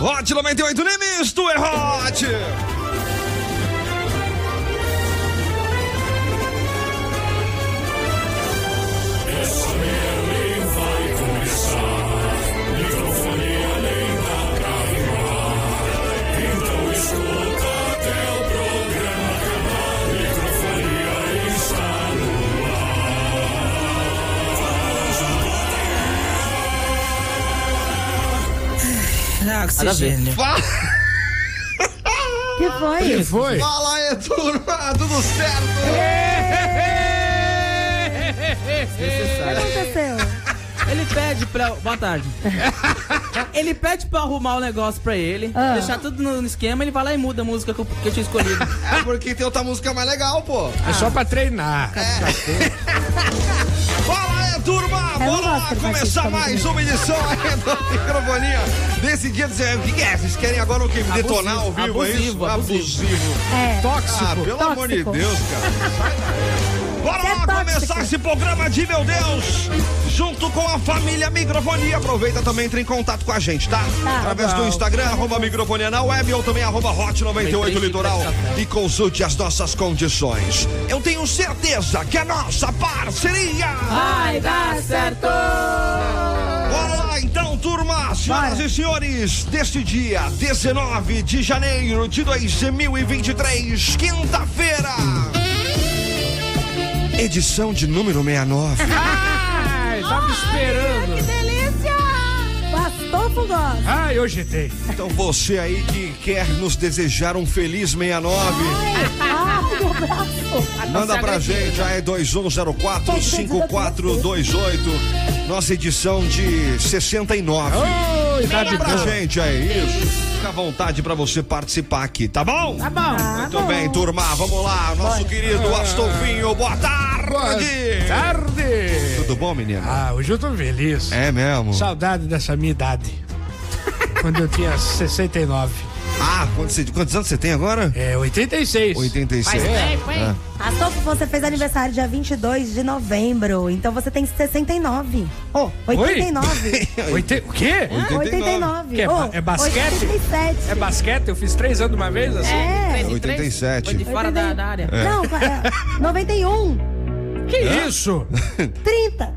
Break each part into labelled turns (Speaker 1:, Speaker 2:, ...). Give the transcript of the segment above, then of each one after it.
Speaker 1: Hot 98 Nimes, tu é Hot!
Speaker 2: Não, Ah, oxigênio.
Speaker 1: Fala,
Speaker 3: Que foi?
Speaker 4: Foi?
Speaker 1: fala aí, turma, tudo certo?
Speaker 3: O que aconteceu?
Speaker 2: Ele pede pra. Boa tarde. ele pede pra arrumar o negócio pra ele,
Speaker 3: Ah.
Speaker 2: deixar tudo no no esquema, ele vai lá e muda a música que eu, que eu tinha escolhido.
Speaker 1: É porque tem outra música mais legal, pô.
Speaker 4: É só pra treinar.
Speaker 1: Fala aí, turma!
Speaker 3: Eu não
Speaker 1: Bora
Speaker 3: gosto de
Speaker 1: começar
Speaker 3: participar
Speaker 1: mais
Speaker 3: muito.
Speaker 1: uma edição aí do microfonia desse dia. dizer, O que que é? Vocês querem agora o quê? Me detonar ao vivo, é isso?
Speaker 2: Abusivo, abusivo.
Speaker 3: É.
Speaker 1: Ah,
Speaker 4: Tóxico.
Speaker 1: pelo amor de
Speaker 3: Tóxico.
Speaker 1: Deus, cara. Bora
Speaker 3: Você é
Speaker 1: lá começar
Speaker 3: tóxico.
Speaker 1: esse programa de meu Deus, junto com a família Microfonia. Aproveita também, entra em contato com a gente, tá?
Speaker 3: Tá.
Speaker 1: Através do Instagram, arroba Microfonia na web ou também arroba Hot 98 Litoral e consulte as nossas condições. Eu tenho certeza que a nossa parceria.
Speaker 3: Ah,
Speaker 2: Vai dar certo!
Speaker 1: Bora lá então, turma, senhoras e senhores, deste dia 19 de janeiro de 2023, quinta-feira. Edição de número 69.
Speaker 4: Ai, tava
Speaker 3: Que
Speaker 4: esperando.
Speaker 3: delícia! Bastou fugaz.
Speaker 4: Ai, hoje tem.
Speaker 1: Então você aí que quer nos desejar um feliz 69,
Speaker 3: Ai, meu braço.
Speaker 1: manda pra gente aí 21045428, nossa edição de 69.
Speaker 4: Ô, idade
Speaker 1: Manda pra
Speaker 4: boa.
Speaker 1: gente aí, isso. Fica à vontade pra você participar aqui, tá bom?
Speaker 4: Tá bom.
Speaker 3: Ah,
Speaker 1: Muito
Speaker 3: bom.
Speaker 1: bem, turma, vamos lá. Nosso querido Astolfinho, boa tarde.
Speaker 4: Boa tarde.
Speaker 1: Tudo bom, menino?
Speaker 4: Ah, hoje eu tô feliz.
Speaker 1: É mesmo?
Speaker 4: Saudade dessa minha idade. Quando eu tinha 69.
Speaker 1: Ah, quantos, você- quantos anos você tem agora?
Speaker 4: É, 86.
Speaker 1: 86.
Speaker 3: Astolfo, você fez aniversário dia 22 de novembro, então você tem 69. Oh, 89.
Speaker 4: Oite... O quê?
Speaker 3: Ah, 89.
Speaker 4: Que é ba- é basquete?
Speaker 3: 87.
Speaker 4: É basquete? Eu fiz três anos de uma vez assim?
Speaker 3: É.
Speaker 1: 87.
Speaker 2: Foi de fora da, da área.
Speaker 4: É.
Speaker 3: Não, é 91,
Speaker 4: Que isso?
Speaker 3: 30.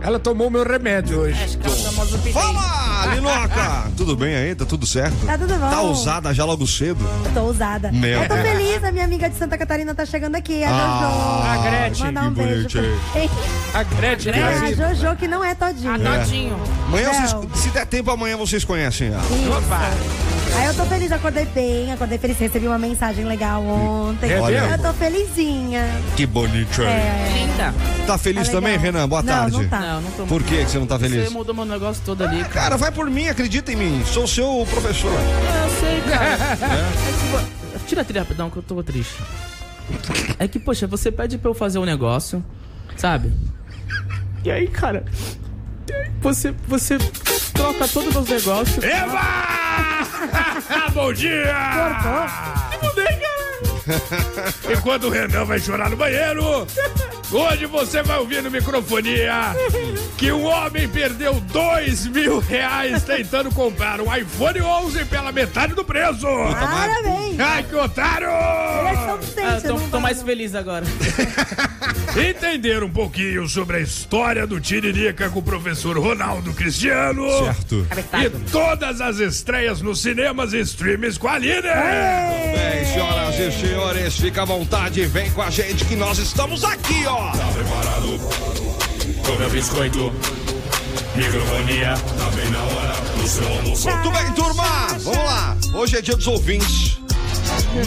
Speaker 4: Ela tomou meu remédio hoje.
Speaker 2: Acho que é o famoso pitei.
Speaker 1: Fala, Linoca! tudo bem aí? Tá tudo certo?
Speaker 3: Tá tudo bom.
Speaker 1: Tá ousada já logo cedo?
Speaker 3: Eu tô ousada.
Speaker 1: Meu
Speaker 3: eu tô
Speaker 1: Deus.
Speaker 3: feliz, a minha amiga de Santa Catarina tá chegando aqui, a
Speaker 1: Ah,
Speaker 3: Jojo.
Speaker 4: a Gretchen,
Speaker 3: Mandar
Speaker 1: que
Speaker 3: um beijo. pra-
Speaker 4: A Gretchen.
Speaker 3: É, a
Speaker 4: inclusive.
Speaker 3: Jojo que não é todinha.
Speaker 2: Tadinho.
Speaker 1: Amanhã
Speaker 3: Não.
Speaker 1: vocês, se der tempo, amanhã vocês conhecem ela.
Speaker 4: Opa.
Speaker 3: Aí eu tô feliz, acordei bem, acordei feliz, recebi uma mensagem legal ontem.
Speaker 4: É
Speaker 1: Olha.
Speaker 3: Eu tô felizinha.
Speaker 1: Que bonito.
Speaker 3: É.
Speaker 2: Linda.
Speaker 1: Tá feliz
Speaker 3: Tá legal.
Speaker 1: também, Renan? Boa
Speaker 3: Não,
Speaker 1: tarde.
Speaker 3: não tá.
Speaker 2: Não, não tô
Speaker 1: Por que que você não tá feliz?
Speaker 2: Você mudou meu negócio todo ali, cara.
Speaker 1: Cara, vai por mim, acredita em mim. Sou seu professor.
Speaker 2: Eu sei, cara. É que, pô, Tira a trilha rapidão que eu tô triste. É que, poxa, você pede pra eu fazer um negócio, sabe? E aí, cara, e aí você, você troca todos os meus negócios.
Speaker 4: Eva! Bom dia! Enquanto o Renan vai chorar no banheiro, hoje você vai ouvir no microfonia que um homem perdeu dois mil reais tentando comprar um iPhone 11 pela metade do preço.
Speaker 3: Parabéns!
Speaker 4: Ai, que otário!
Speaker 3: Eles são
Speaker 2: Ah,
Speaker 3: decentes,
Speaker 2: tô,
Speaker 3: não
Speaker 2: tô
Speaker 3: vai,
Speaker 2: mais
Speaker 3: não.
Speaker 2: feliz agora.
Speaker 4: Entender um pouquinho sobre a história do Tiririca com o professor Ronaldo Cristiano.
Speaker 1: Certo.
Speaker 4: E todas as estreias nos cinemas e streams com a Aline.
Speaker 1: Bem, senhoras e senhores, fica à vontade, vem com a gente que nós estamos aqui, ó.
Speaker 5: preparado com meu biscoito. Microfonia, tá bem na hora do seu almoço.
Speaker 1: Muito bem, turma, vamos lá. Hoje é dia dos ouvintes.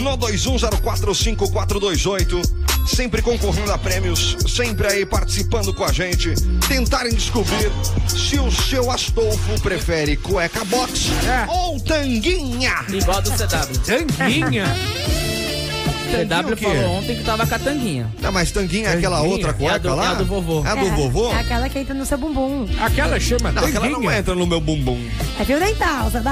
Speaker 1: No 21045428, sempre concorrendo a prêmios, sempre aí participando com a gente, tentarem descobrir se o seu Astolfo prefere cueca
Speaker 2: É.
Speaker 1: box ou tanguinha.
Speaker 2: Igual do CW.
Speaker 1: Tanguinha
Speaker 4: Tanguinha.
Speaker 2: CW
Speaker 1: o quê?
Speaker 2: falou ontem que tava com a tanguinha.
Speaker 1: Não, mas tanguinha é aquela
Speaker 4: Tanguinha?
Speaker 1: outra cueca
Speaker 2: É a do- é a
Speaker 1: lá?
Speaker 2: do vovô.
Speaker 1: É a do
Speaker 3: É,
Speaker 1: vovô?
Speaker 3: É aquela que entra no seu bumbum.
Speaker 4: Aquela chama
Speaker 1: Não, aquela não
Speaker 4: tanguinha.
Speaker 1: entra no meu bumbum.
Speaker 3: É fio dental, sabe?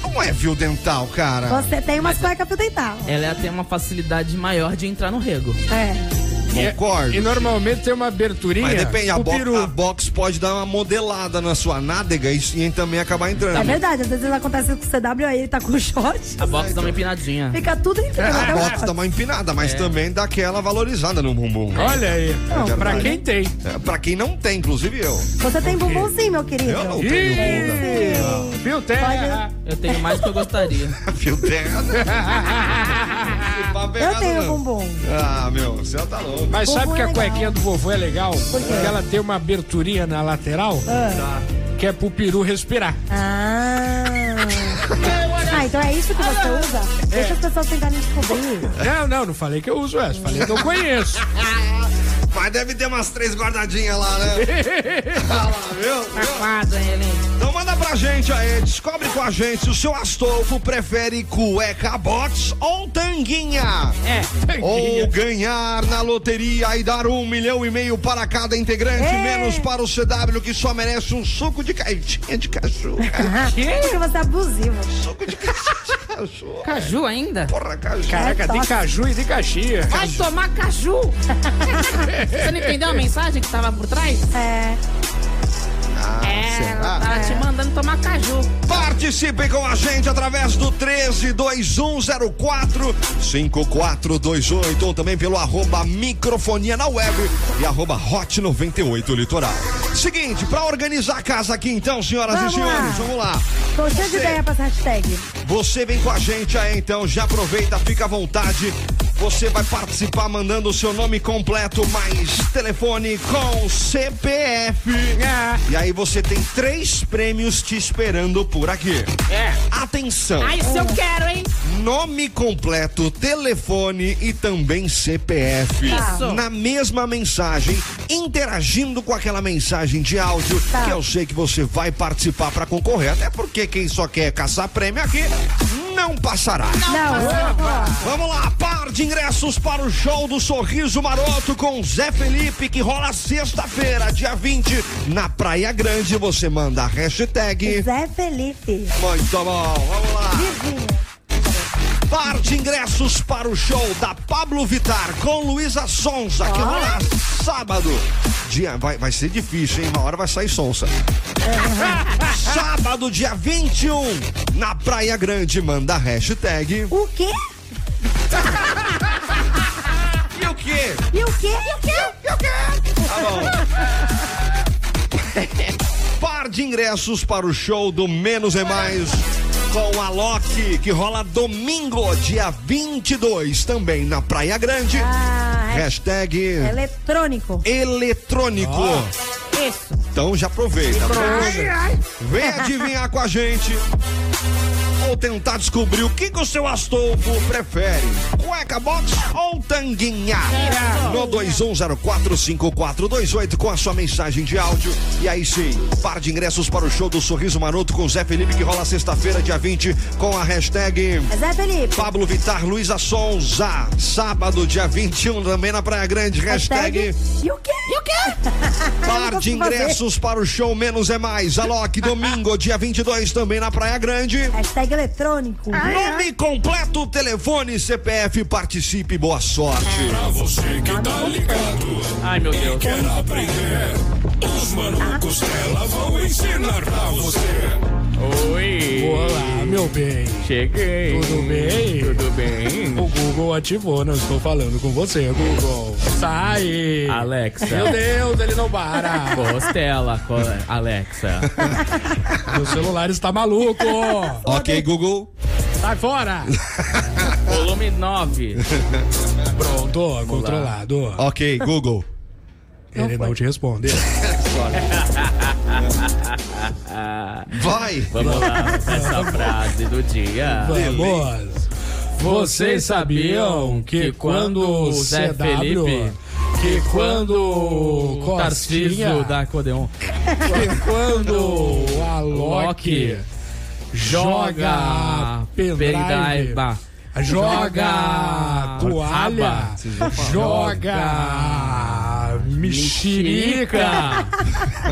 Speaker 1: Como é fio dental, cara?
Speaker 3: Você tem umas cuecas fio dental.
Speaker 2: Ela tem uma facilidade maior de entrar no rego.
Speaker 3: É.
Speaker 1: Concordo.
Speaker 4: E normalmente tem uma aberturinha.
Speaker 1: Mas depende, a,
Speaker 4: o
Speaker 1: bo-
Speaker 4: peru.
Speaker 1: a box pode dar uma modelada na sua nádega e, e também acabar
Speaker 3: É
Speaker 1: entrando.
Speaker 3: verdade, às vezes acontece com o CW aí, ele tá com short.
Speaker 2: A box dá uma empinadinha.
Speaker 3: Fica tudo em
Speaker 1: A
Speaker 3: até o
Speaker 1: box
Speaker 3: short.
Speaker 1: dá uma empinada, mas também dá aquela valorizada no bumbum.
Speaker 4: É. Olha aí.
Speaker 1: verdade.
Speaker 4: pra quem tem.
Speaker 1: É, pra quem não tem, inclusive eu.
Speaker 3: Você tem bumbumzinho, meu querido.
Speaker 1: Eu não tenho bunda.
Speaker 4: Ih, viu, terra?
Speaker 2: Eu tenho mais do que eu gostaria.
Speaker 1: Fio terra. não. Esse papo é
Speaker 3: Eu
Speaker 1: errado,
Speaker 3: tenho
Speaker 1: não.
Speaker 3: bumbum.
Speaker 1: Ah, meu, você tá louco.
Speaker 4: Mas sabe
Speaker 3: Vovô
Speaker 4: que
Speaker 3: é
Speaker 4: a
Speaker 3: legal.
Speaker 4: cuequinha do vovô é legal? Porque ela tem uma aberturinha na lateral que é pro peru respirar.
Speaker 3: Ah. Ah, então é isso que você usa? Deixa as pessoas tentarem descobrir.
Speaker 4: Não, não, não falei que eu uso essa, falei que eu conheço.
Speaker 1: Mas deve ter umas três guardadinhas lá, né? Ah lá, viu? Então manda pra gente aí, descobre com a gente se o seu Astolfo prefere cueca box ou É, tanguinha. Ou ganhar na loteria e dar um milhão e meio para cada integrante,
Speaker 3: É.
Speaker 1: menos para o CW que só merece um suco de caixinha de cachorro.
Speaker 3: Porque você é abusivo.
Speaker 1: suco de caixinha de cachorro.
Speaker 2: Caju ainda?
Speaker 1: Porra, cachorro.
Speaker 4: Caraca, tem
Speaker 3: É top.
Speaker 4: caju e tem caxia.
Speaker 2: Vai tomar caju! Você não entendeu a mensagem que tava por trás?
Speaker 3: É.
Speaker 1: Ah,
Speaker 2: ela
Speaker 1: será?
Speaker 2: tava te mandando tomar caju.
Speaker 1: Participe com a gente através do 1321045428 ou também pelo arroba microfonia na web e arroba hot 98 litoral. Seguinte, pra organizar a casa aqui então, senhoras
Speaker 3: Vamos
Speaker 1: e senhores,
Speaker 3: lá.
Speaker 1: vamos lá.
Speaker 3: Tô cheio de
Speaker 1: Você.
Speaker 3: ideia pra essa hashtag.
Speaker 1: Você vem com a gente aí então, já aproveita, fica à vontade. Você vai participar mandando o seu nome completo, mais telefone com CPF.
Speaker 4: Ah,
Speaker 1: E aí você tem três prêmios te esperando por aqui.
Speaker 2: É.
Speaker 1: Atenção!
Speaker 2: Ai, se eu quero, hein?
Speaker 1: Nome completo, telefone e também CPF.
Speaker 3: Tá.
Speaker 2: Isso.
Speaker 1: Na mesma mensagem, interagindo com aquela mensagem de áudio
Speaker 3: Tá.
Speaker 1: que eu sei que você vai participar pra concorrer. Até porque quem só quer caçar prêmio aqui não passará.
Speaker 3: Não, não.
Speaker 1: Vamos lá, par de ingressos para o show do Sorriso Maroto com Zé Felipe, que rola sexta-feira, dia 20, na Praia Grande. Você manda a hashtag.
Speaker 3: Zé Felipe.
Speaker 1: Muito bom, vamos lá.
Speaker 3: Vizinho.
Speaker 1: Par de ingressos para o show da Pablo Vitar com Luísa Sonza, que rola sábado. Dia, vai, vai ser difícil, hein? Uma hora vai sair Sonza. sábado, dia 21, na Praia Grande, manda a hashtag.
Speaker 3: O quê?
Speaker 1: E o quê?
Speaker 3: E o quê? E o quê? E o quê?
Speaker 1: Par de ingressos para o show do Menos é Mais com a Loki, que rola domingo, dia 22, também na Praia Grande.
Speaker 3: Ah, é
Speaker 1: Hashtag
Speaker 3: eletrônico.
Speaker 1: eletrônico.
Speaker 3: Isso.
Speaker 1: Então já aproveita. Vem adivinhar com a gente. Ou tentar descobrir o que, que o seu Astolfo prefere. Cueca box ou tanguinha? No 21045428 com a sua mensagem de áudio. E aí sim, par de ingressos para o show do Sorriso Maroto com Zé Felipe que rola sexta-feira, dia 20, com a hashtag
Speaker 3: É Zé Felipe.
Speaker 1: Pablo Vitar Luísa Sonza. Sábado, dia 21, também na Praia Grande. hashtag
Speaker 3: E o quê? é E o quê?
Speaker 1: Par de
Speaker 3: consigo
Speaker 1: ingressos para o show Menos é Mais. Alok, domingo, dia 22, também na Praia Grande.
Speaker 3: Hashtag eletrônico.
Speaker 1: Nome completo, telefone, CPF, participe, boa sorte.
Speaker 5: Pra você que tá ligado
Speaker 2: Ai, meu Deus.
Speaker 5: Quer aprender Os malucos dela vão ensinar pra você
Speaker 4: Olá, meu bem.
Speaker 2: Cheguei.
Speaker 4: Tudo bem?
Speaker 2: Tudo bem?
Speaker 4: O Google ativou, não estou falando com você, Google. Sai! Meu
Speaker 2: Alexa.
Speaker 4: Deus, ele não para!
Speaker 2: Costela, co- Alexa.
Speaker 4: Meu celular está maluco!
Speaker 1: Ok, Google.
Speaker 4: Sai fora!
Speaker 2: Volume 9.
Speaker 4: Pronto, controlado.
Speaker 1: Ok, Google.
Speaker 4: Ele não te respondeu.
Speaker 1: Vai.
Speaker 2: Vamos lá, essa frase do dia.
Speaker 4: Vamos! Vocês sabiam que quando o
Speaker 2: Zé
Speaker 4: CW...
Speaker 2: Felipe-
Speaker 4: Que quando o
Speaker 2: O Tarcísio
Speaker 4: Costinha...
Speaker 2: da Codeon
Speaker 4: Que quando o Alok...
Speaker 2: Loki joga
Speaker 4: pendrive
Speaker 2: pendrive
Speaker 4: Joga toalha.
Speaker 2: Raba. Vocês vão falar.
Speaker 4: Joga mexerica.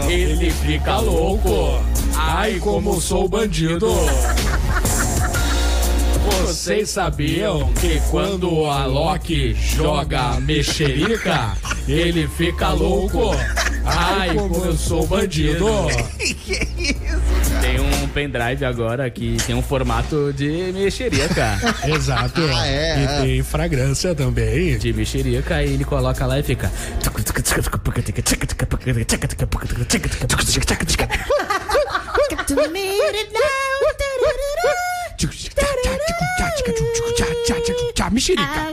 Speaker 5: Ele fica louco.
Speaker 4: Ai, como sou bandido. Vocês sabiam que quando o Alok joga mexerica, ele fica louco? Ai, como eu sou bandido.
Speaker 2: Tem um pendrive agora que tem um formato de mexerica.
Speaker 4: Exato.
Speaker 1: Ah, é, é.
Speaker 4: E tem fragrância também.
Speaker 2: De mexerica e ele coloca lá e fica.
Speaker 4: Mexerica.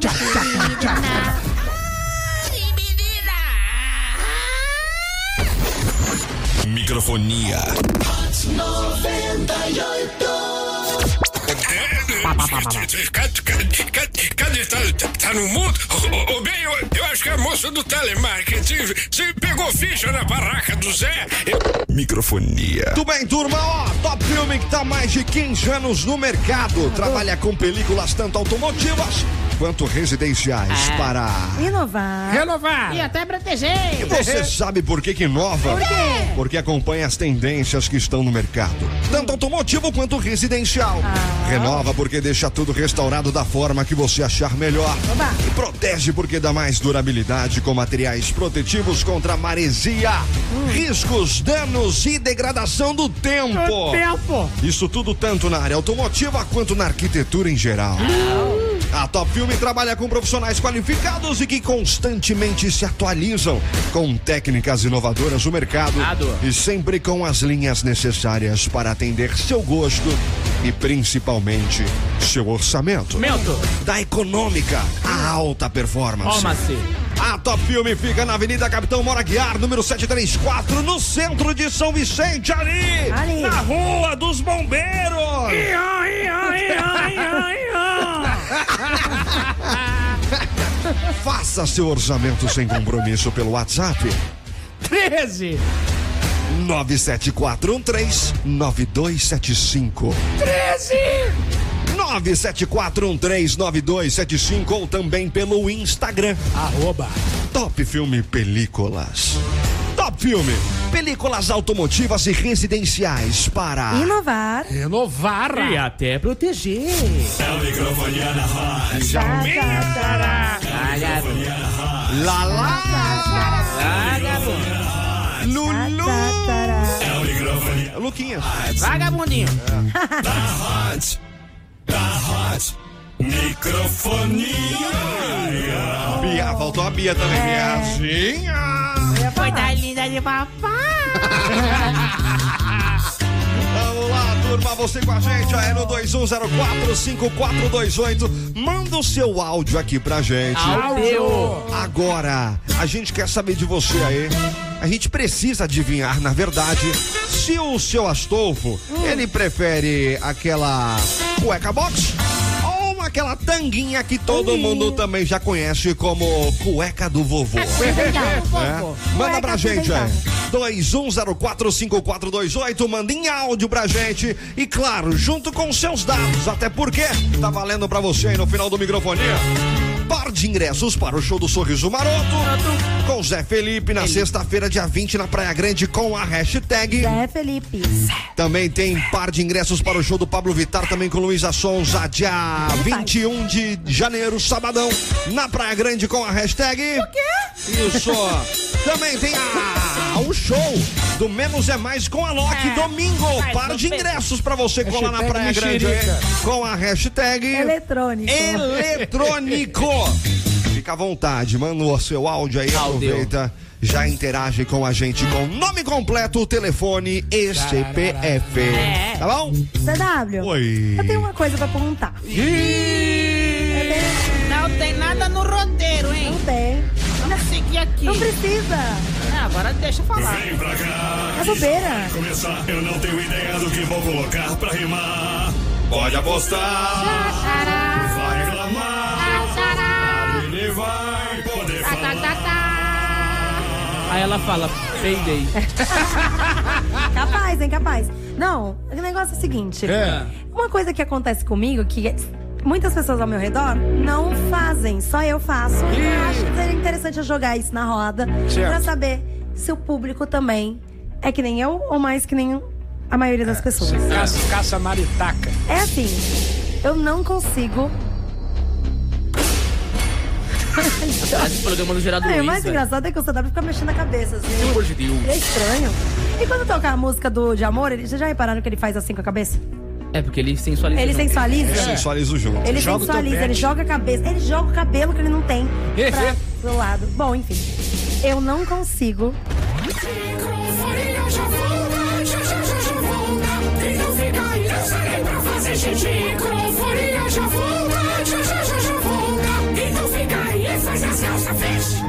Speaker 5: Microfonia. Cadê, cadê? Tá, tá- tá no mundo? Ô, ô, ô, bem, eu, eu acho que a moça do telemarketing se pegou ficha na barraca do Zé. Microfonia.
Speaker 1: Muito bem, turma, ó, Top Filme que tá há mais de 15 anos no mercado. Trabalha com películas tanto automotivas quanto residenciais para...
Speaker 3: Inovar.
Speaker 4: Renovar.
Speaker 6: E até proteger.
Speaker 1: Você sabe por que que inova? Por quê? Porque acompanha as tendências que estão no mercado. Tanto automotivo quanto residencial. Renova porque deixa tudo restaurado da forma que você achar melhor.
Speaker 3: Oba.
Speaker 1: E protege porque dá mais durabilidade com materiais protetivos contra maresia, Hum. riscos, danos e degradação do tempo.
Speaker 6: Tempo.
Speaker 1: Isso tudo tanto na área automotiva quanto na arquitetura em geral. A Top Filme trabalha com profissionais qualificados e que constantemente se atualizam com técnicas inovadoras do mercado
Speaker 2: Ado.
Speaker 1: e sempre com as linhas necessárias para atender seu gosto e principalmente seu orçamento.
Speaker 2: Mento!
Speaker 1: Da econômica à alta performance.
Speaker 2: Toma-se!
Speaker 1: A Top Filme fica na Avenida Capitão Mora Guiar, número 734, no centro de São Vicente, ali,
Speaker 3: Ali.
Speaker 1: na Rua dos Bombeiros. Faça seu orçamento sem compromisso pelo WhatsApp
Speaker 4: 13.
Speaker 1: 974139275. 974139275 ou também pelo Instagram.
Speaker 4: Arroba.
Speaker 1: Top Filme Películas. Top Filme Películas automotivas e residenciais para
Speaker 3: Inovar.
Speaker 4: Renovar.
Speaker 2: E até proteger!
Speaker 1: Lá Lá
Speaker 2: Vagabundo!
Speaker 1: Lulu
Speaker 3: Tatará.
Speaker 1: É Luquinhas.
Speaker 2: Vagabundinho!
Speaker 5: Microfonia.
Speaker 1: É. Bia, faltou a Bia também. Biazinha!
Speaker 6: Coisa É. linda de papai.
Speaker 1: Vamos lá, turma, você com a gente aí no 21045428. Manda o seu áudio aqui pra gente.
Speaker 2: Áudio!
Speaker 1: Agora, a gente quer saber de você aí. A gente precisa adivinhar, na verdade, se o seu Astolfo, ele prefere aquela cueca box ou aquela tanguinha que todo mundo também já conhece como cueca do vovô. É. Manda
Speaker 3: Cueca
Speaker 1: pra gente aí.
Speaker 3: sustentável.
Speaker 1: 21045428, manda em áudio pra gente. E claro, junto com seus dados, até porque tá valendo pra você aí no final do microfone. Par de ingressos para o show do Sorriso Maroto com Zé Felipe na sexta-feira, dia 20, na Praia Grande, com a hashtag.
Speaker 3: Zé Felipe.
Speaker 1: Também tem par de ingressos para o show do Pablo Vittar, também com Luísa Sonza, dia 21 de janeiro, sabadão, na Praia Grande com a hashtag. O quê? Isso. também tem a, o show do Menos é Mais com a Loki, domingo.
Speaker 6: Vai,
Speaker 1: Par de
Speaker 6: domingo.
Speaker 1: ingressos para você colar na
Speaker 4: Hashtag
Speaker 1: Praia Grande
Speaker 4: mexerica.
Speaker 1: com a hashtag.
Speaker 3: Eletrônico.
Speaker 1: Eletrônico. Fica à vontade, manda o seu áudio aí,
Speaker 2: Áudio.
Speaker 1: aproveita. Já interage com a gente com nome completo, telefone e CPF. Tá bom?
Speaker 3: CW.
Speaker 1: Oi.
Speaker 3: é Eu tenho uma coisa pra perguntar.
Speaker 6: Não tem nada no roteiro, hein?
Speaker 3: Não tem.
Speaker 6: Vamos seguir aqui.
Speaker 3: Não precisa.
Speaker 6: Ah, agora deixa eu falar.
Speaker 5: Vem pra cá.
Speaker 3: É bobeira.
Speaker 5: Começar, eu não tenho ideia do que vou colocar pra rimar. Pode apostar,
Speaker 6: Xará,
Speaker 5: vai reclamar.
Speaker 6: xará,
Speaker 5: Ele vai poder
Speaker 6: tá, tá,
Speaker 5: falar.
Speaker 6: tá, tá.
Speaker 2: Aí ela fala, peidei.
Speaker 3: Capaz, hein? Capaz. Não, o negócio é o seguinte.
Speaker 4: É.
Speaker 3: Uma coisa que acontece comigo que é muitas pessoas ao meu redor não fazem, só eu faço. E eu
Speaker 4: Ih.
Speaker 3: acho que seria interessante eu jogar isso na roda
Speaker 4: Certo.
Speaker 3: pra saber se o público também é que nem eu ou mais que nem a maioria das pessoas.
Speaker 4: Você É. caça, caça maritaca.
Speaker 3: É assim, eu não consigo.
Speaker 2: Parece o programa do Geraldo
Speaker 3: É, o
Speaker 2: Luiz.
Speaker 3: mais
Speaker 2: velho.
Speaker 3: engraçado é que o stand-up fica mexendo a cabeça, assim.
Speaker 2: Pelo amor de Deus.
Speaker 3: E é estranho. E quando toca a música do De Amor, ele, vocês já repararam que ele faz assim com a cabeça?
Speaker 2: É, porque ele sensualiza.
Speaker 3: Ele
Speaker 2: junto.
Speaker 3: sensualiza?
Speaker 1: Sensualiza o jogo.
Speaker 3: Ele
Speaker 4: Joga o
Speaker 3: sensualiza,
Speaker 4: topete.
Speaker 3: ele joga a cabeça, ele joga o cabelo que ele não tem pra pro lado. Bom, enfim. Eu não consigo.
Speaker 6: Microfonia já volta, já já já já volta. Quem não fica aí não sai pra fazer xixi. Microfonia já volta, já já já já volta. Quem não fica aí faz as calças fecha.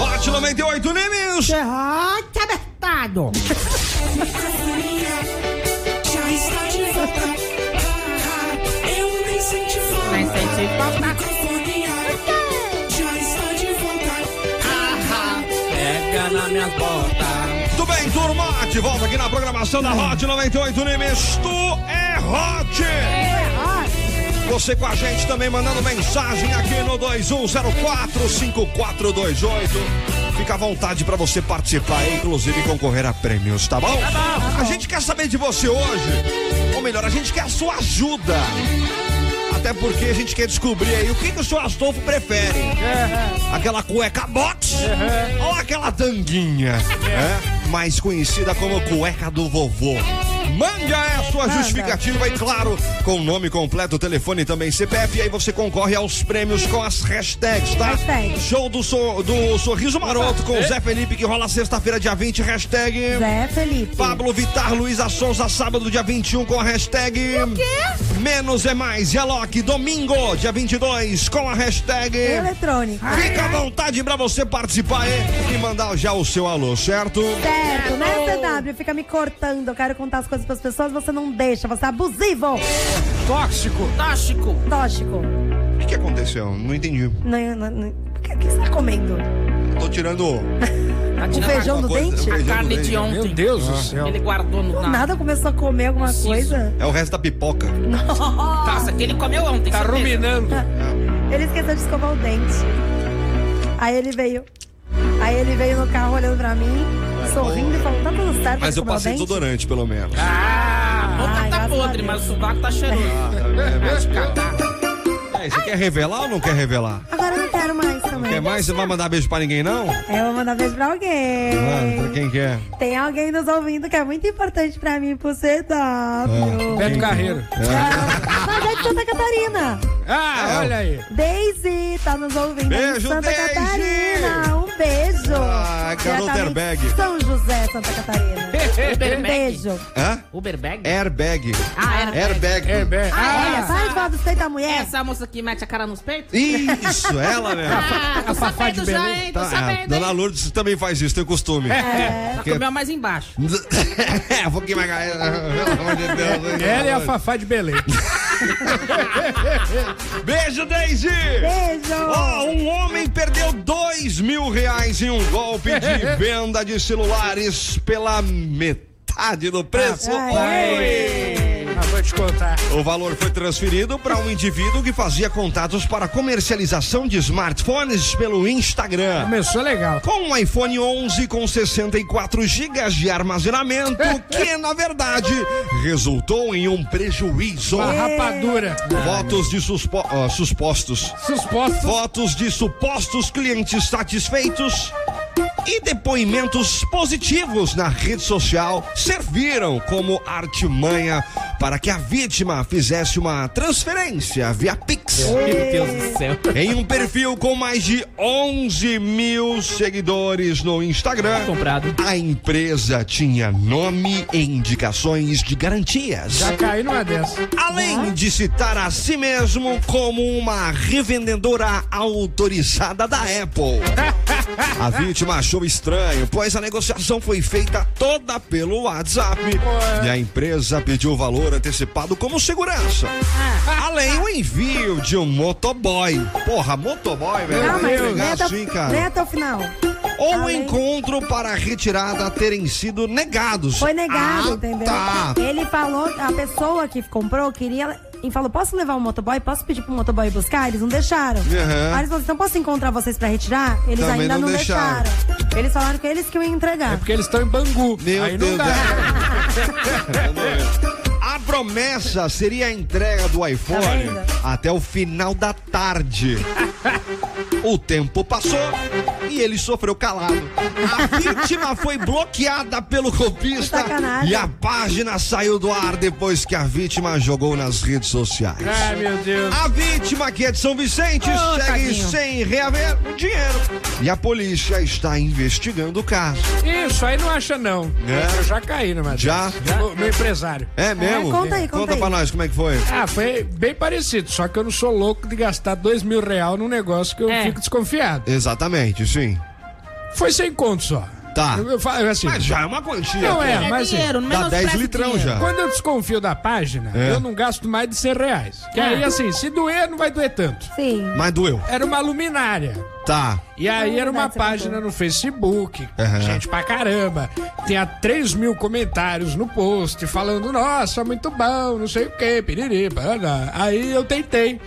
Speaker 1: Hot 98 News.
Speaker 7: Rock abertado.
Speaker 6: é, Já está de volta. Ah, ah, Eu nem senti falta.
Speaker 2: Vai sentir falta.
Speaker 6: Microfonia já está de volta. Ah,
Speaker 1: Tudo bem, turma? De volta aqui na programação da Hot 98 News. Tu é Hot. Você com a gente também mandando mensagem aqui no 21045428. Fica à vontade para você participar, inclusive concorrer a prêmios, tá bom? A gente quer saber de você hoje. Ou melhor, a gente quer a sua ajuda. Até porque a gente quer descobrir aí o que, que o seu Astolfo prefere. Aquela cueca box ou aquela tanguinha, né? mais conhecida como cueca do vovô. Mande aí a sua justificativa e, claro, com nome completo, telefone e também CPF. E aí você concorre aos prêmios com as hashtags, tá?
Speaker 3: Hashtag.
Speaker 1: Show do, so- do Sorriso Maroto com o Zé Felipe, que rola sexta-feira, dia 20. Hashtag
Speaker 3: Zé Felipe.
Speaker 1: Pablo Vitar, Luísa Souza, sábado, dia 21, com a hashtag. O quê? Menos é mais. E a Loki, domingo, dia 22, com a hashtag.
Speaker 3: é-
Speaker 2: Ah,
Speaker 3: Eletrônico.
Speaker 1: Fica à vontade pra você participar hein? e mandar já o seu alô, certo?
Speaker 3: Certo, né, CW? Fica me cortando. Eu quero contar as coisas pras pessoas, você não deixa. Você é abusivo,
Speaker 4: Tóxico.
Speaker 2: Fantástico.
Speaker 3: tóxico.
Speaker 1: O que, que aconteceu? Não entendi.
Speaker 3: Não, não, não. O que, o que você tá comendo?
Speaker 1: Tô tirando.
Speaker 2: Tá
Speaker 3: Um
Speaker 2: tirando
Speaker 3: feijão
Speaker 1: alguma
Speaker 3: do
Speaker 1: coisa,
Speaker 3: dente?
Speaker 1: um
Speaker 2: a
Speaker 1: feijão
Speaker 2: carne
Speaker 1: do
Speaker 2: de
Speaker 1: dente.
Speaker 4: Meu
Speaker 2: ontem.
Speaker 4: Deus do céu.
Speaker 2: Ele guardou no
Speaker 3: Do
Speaker 2: na
Speaker 3: nada começou a comer alguma
Speaker 2: Isso.
Speaker 3: coisa?
Speaker 1: É o resto da pipoca.
Speaker 2: taça que ele comeu ontem.
Speaker 4: Tá
Speaker 2: certeza.
Speaker 4: ruminando.
Speaker 3: Ele esqueceu de escovar o dente. Aí ele veio. Aí ele veio no carro olhando pra mim, sorrindo e falou: tá tudo certo,
Speaker 1: Mas eu
Speaker 3: escovar o
Speaker 1: passei
Speaker 3: dente?"
Speaker 1: desodorante, pelo menos.
Speaker 2: A boca
Speaker 3: Ai,
Speaker 2: tá
Speaker 3: graças a
Speaker 2: podre,
Speaker 3: Deus.
Speaker 2: mas o sovaco Ah, tá cheiroso.
Speaker 1: É, você quer revelar ou não quer revelar?
Speaker 3: Agora eu não quero mais também.
Speaker 1: Quer mais? Você não vai mandar beijo pra ninguém, não?
Speaker 3: Eu vou mandar beijo pra alguém.
Speaker 1: Ah, pra quem quer?
Speaker 3: Tem alguém nos ouvindo que é muito importante pra mim, pro CW.
Speaker 4: Beto Carreiro.
Speaker 1: É.
Speaker 3: Ah, Mas é de Santa Catarina.
Speaker 4: Ah, olha aí.
Speaker 3: Daisy tá nos ouvindo aí
Speaker 1: Beijo,
Speaker 3: de Santa
Speaker 1: Daisy!
Speaker 3: Catarina. Um beijo.
Speaker 1: Ah, garota
Speaker 3: Diretamente
Speaker 1: airbag.
Speaker 3: São José, Santa Catarina. Um beijo.
Speaker 1: Hã? É.
Speaker 2: Uberbag?
Speaker 1: Airbag.
Speaker 2: Ah, era.
Speaker 1: Airbag.
Speaker 4: Herbert.
Speaker 3: Ah, Olha, para de falar dos peitos da mulher.
Speaker 2: Essa moça que mete a cara nos peitos?
Speaker 1: Isso, ela mesmo.
Speaker 2: Ah, tô
Speaker 4: Fafá de
Speaker 2: sabendo já,
Speaker 4: Belém.
Speaker 2: hein? Tô
Speaker 1: É. Tá, é,
Speaker 2: sabendo,
Speaker 1: Dona
Speaker 2: hein?
Speaker 1: Lourdes também faz isso, tem costume.
Speaker 2: Ela comeu mais embaixo.
Speaker 1: É, vou queimar a galera. Pelo amor de Deus.
Speaker 4: Ela é a Fafá de Belém. Ah,
Speaker 1: Beijo, Daisy!
Speaker 3: Beijo.
Speaker 1: Ó, um homem perdeu dois mil reais em um golpe de venda de celulares pela metade do preço.
Speaker 3: Aê.
Speaker 4: Ah, vou te contar.
Speaker 1: O valor foi transferido para um indivíduo que fazia contatos para comercialização de smartphones pelo Instagram.
Speaker 4: Começou legal.
Speaker 1: Com um iPhone 11 com 64 GB de armazenamento, que na verdade resultou em um prejuízo.
Speaker 4: Uma rapadura.
Speaker 1: Votos de suspo ah, suspostos.
Speaker 4: Susposto.
Speaker 1: Fotos de supostos clientes satisfeitos e depoimentos positivos na rede social serviram como artimanha para que a vítima fizesse uma transferência via Pix
Speaker 8: É.
Speaker 2: Meu Deus do céu.
Speaker 1: em um perfil com mais de 11 mil seguidores no
Speaker 8: Então,
Speaker 1: Instagram.
Speaker 2: Comprado.
Speaker 1: A empresa tinha nome e indicações de garantias
Speaker 4: Já caí numa dessa. Né?
Speaker 1: além de citar a si mesmo como uma revendedora autorizada da Apple. A vítima achou estranho, pois a negociação foi feita toda pelo WhatsApp e a empresa pediu o valor antecipado como segurança.
Speaker 4: Ah.
Speaker 1: Além o envio de um motoboy. Porra, motoboy, velho.
Speaker 3: Não,
Speaker 1: vai
Speaker 3: mas
Speaker 1: entregar
Speaker 3: nem até,
Speaker 1: assim, cara.
Speaker 3: nem até o final.
Speaker 1: ou o
Speaker 3: Além-
Speaker 1: encontro para a retirada terem sido negados.
Speaker 3: Foi
Speaker 1: Ah,
Speaker 3: negado, entendeu?
Speaker 1: Tá.
Speaker 3: Ele falou, a pessoa que comprou queria. E falou: posso levar o motoboy? Posso pedir pro motoboy buscar? Eles não deixaram.
Speaker 1: Aham.
Speaker 3: Aí eles falaram: então posso encontrar vocês pra retirar? Eles
Speaker 1: Também
Speaker 3: ainda
Speaker 1: não
Speaker 3: não, deixaram. Eles falaram que eles que iam
Speaker 2: É
Speaker 3: entregar.
Speaker 4: Porque eles estão em Bangu.
Speaker 1: Meu
Speaker 4: aí
Speaker 1: Deus
Speaker 4: não dá.
Speaker 1: A promessa seria a entrega do iPhone
Speaker 3: Tá vendo?
Speaker 1: até o final da tarde. O tempo passou e ele sofreu calado. A vítima foi bloqueada pelo copista
Speaker 3: Sacanagem.
Speaker 1: e a página saiu do ar depois que a vítima jogou nas redes sociais.
Speaker 4: Ai, meu Deus.
Speaker 1: A vítima, que é de São Vicente,
Speaker 2: Ô,
Speaker 1: segue
Speaker 2: tadinho.
Speaker 1: sem reaver o dinheiro. E a polícia está investigando o caso.
Speaker 4: Isso aí não acha, não.
Speaker 1: É.
Speaker 4: Eu já caí no Matheus.
Speaker 1: Já?
Speaker 4: Meu, meu empresário.
Speaker 1: É mesmo?
Speaker 3: conta aí, conta aí.
Speaker 1: pra nós como é que foi.
Speaker 4: Ah, foi bem parecido, só que eu não sou louco de gastar dois mil real num negócio que eu
Speaker 2: É.
Speaker 4: fico desconfiado.
Speaker 1: Exatamente, sim.
Speaker 4: Foi sem conto só.
Speaker 1: Tá.
Speaker 4: Eu, eu fa- eu, assim,
Speaker 1: Mas já é uma quantia.
Speaker 4: não
Speaker 1: pô.
Speaker 4: é,
Speaker 2: É
Speaker 4: mas assim,
Speaker 2: dinheiro, não
Speaker 1: Dá 10
Speaker 2: menospreza
Speaker 1: litrão
Speaker 2: dinheiro.
Speaker 1: já.
Speaker 4: quando eu desconfio da página,
Speaker 1: É.
Speaker 4: eu não gasto mais de 100 reais. Que
Speaker 2: É.
Speaker 4: aí, assim, se doer, não vai doer tanto.
Speaker 3: Sim.
Speaker 1: Mas doeu.
Speaker 4: Era uma luminária.
Speaker 1: Tá.
Speaker 4: E
Speaker 2: é
Speaker 4: aí era uma
Speaker 3: verdade, você
Speaker 4: página no Facebook,
Speaker 1: Aham.
Speaker 4: gente pra caramba. Tinha 3 mil comentários no post falando, nossa, muito bom, não sei o que, piriri, paraná. Aí eu tentei.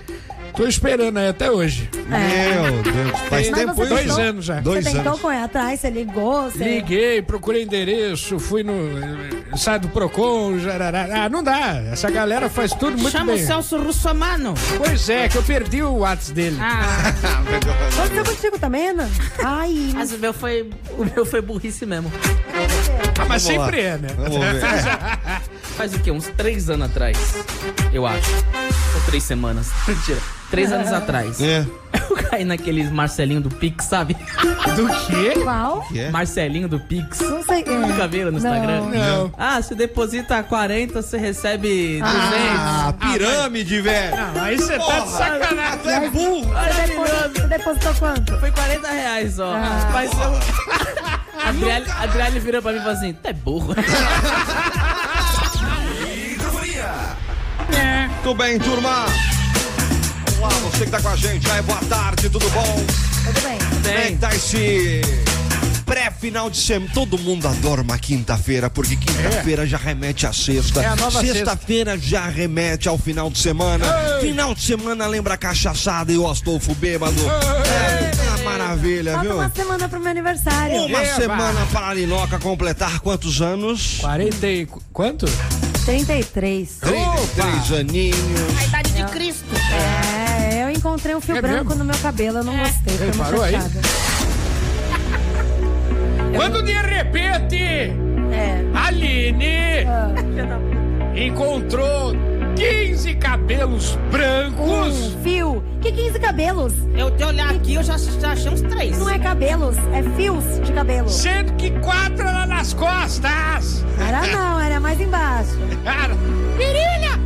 Speaker 4: Tô esperando aí até hoje.
Speaker 1: Meu Deus. Faz
Speaker 3: É. Mas
Speaker 1: tempo
Speaker 3: você
Speaker 1: isso.
Speaker 4: Dois
Speaker 3: tentou-
Speaker 4: anos já.
Speaker 1: Dois
Speaker 3: você tentou
Speaker 1: anos.
Speaker 3: correr atrás, você ligou, você.
Speaker 4: Liguei, procurei endereço, fui no. eh, Sai do Procon, jarará. Ah, não dá. Essa galera faz tudo muito
Speaker 2: Chama
Speaker 4: bem.
Speaker 2: o Celso Russomano.
Speaker 4: Pois é, que eu perdi o WhatsApp dele.
Speaker 2: Ah,
Speaker 3: Aconteceu contigo também, Ana? Ai,
Speaker 2: mas o meu foi. O meu foi burrice mesmo.
Speaker 4: Ah,
Speaker 1: Vamos
Speaker 4: mas
Speaker 1: lá.
Speaker 4: sempre é, né?
Speaker 1: Vamos ver.
Speaker 2: Faz o quê? Uns três anos atrás. Eu acho. Ou três semanas. Mentira. Três anos atrás.
Speaker 1: É.
Speaker 2: Eu caí naqueles Marcelinho do Pix, sabe?
Speaker 4: Do quê?
Speaker 3: qual?
Speaker 1: É.
Speaker 2: Marcelinho do Pix.
Speaker 3: Não sei.
Speaker 2: Nunca viram no
Speaker 3: Não.
Speaker 2: Instagram?
Speaker 4: Não.
Speaker 2: Ah, se deposita 40, você recebe 200.
Speaker 1: Ah, pirâmide, velho.
Speaker 4: Não, aí você tá de
Speaker 1: Porra.
Speaker 4: sacanagem.
Speaker 1: Tu é burro.
Speaker 3: Você depositou, você depositou quanto?
Speaker 2: Foi 40 reais, ó. Mas eu. A Adriane, a Adriane virou pra mim e falou assim: Tu é burro.
Speaker 1: Muito bem, turma. Olá, você que tá com a gente. Aí, boa tarde, tudo bom?
Speaker 3: Tudo bem.
Speaker 1: Como é que tá esse pré-final de semana? Todo mundo adora uma quinta-feira, porque quinta-feira já remete à sexta.
Speaker 4: É a nova
Speaker 1: Sexta-feira já remete ao final de semana. Final de semana lembra a cachaçada e o Astolfo bêbado. É uma maravilha,
Speaker 3: Falta
Speaker 1: viu?
Speaker 3: uma semana pro meu aniversário.
Speaker 1: Uma
Speaker 4: Eba!
Speaker 1: semana para a Linoca completar quantos anos?
Speaker 4: 40 e. qu- Quanto?
Speaker 3: 33.
Speaker 1: 33 aninhos.
Speaker 7: Idade de Cristo.
Speaker 3: É, eu encontrei um fio
Speaker 4: É
Speaker 3: branco
Speaker 4: mesmo?
Speaker 3: no meu cabelo, eu
Speaker 1: É.
Speaker 3: não gostei. Fiquei muito
Speaker 4: Reparou aí?
Speaker 3: chateada.
Speaker 4: Quando de repente
Speaker 3: É. Ah,
Speaker 4: Aline encontrou 15 cabelos brancos.
Speaker 3: Um fio. Que 15 cabelos?
Speaker 2: Eu te olhar aqui, eu já, já achei uns três.
Speaker 3: Não é cabelos, é fios de cabelo.
Speaker 4: Sendo que quatro lá nas costas!
Speaker 3: Era não, era mais embaixo.
Speaker 4: Cara, virilha!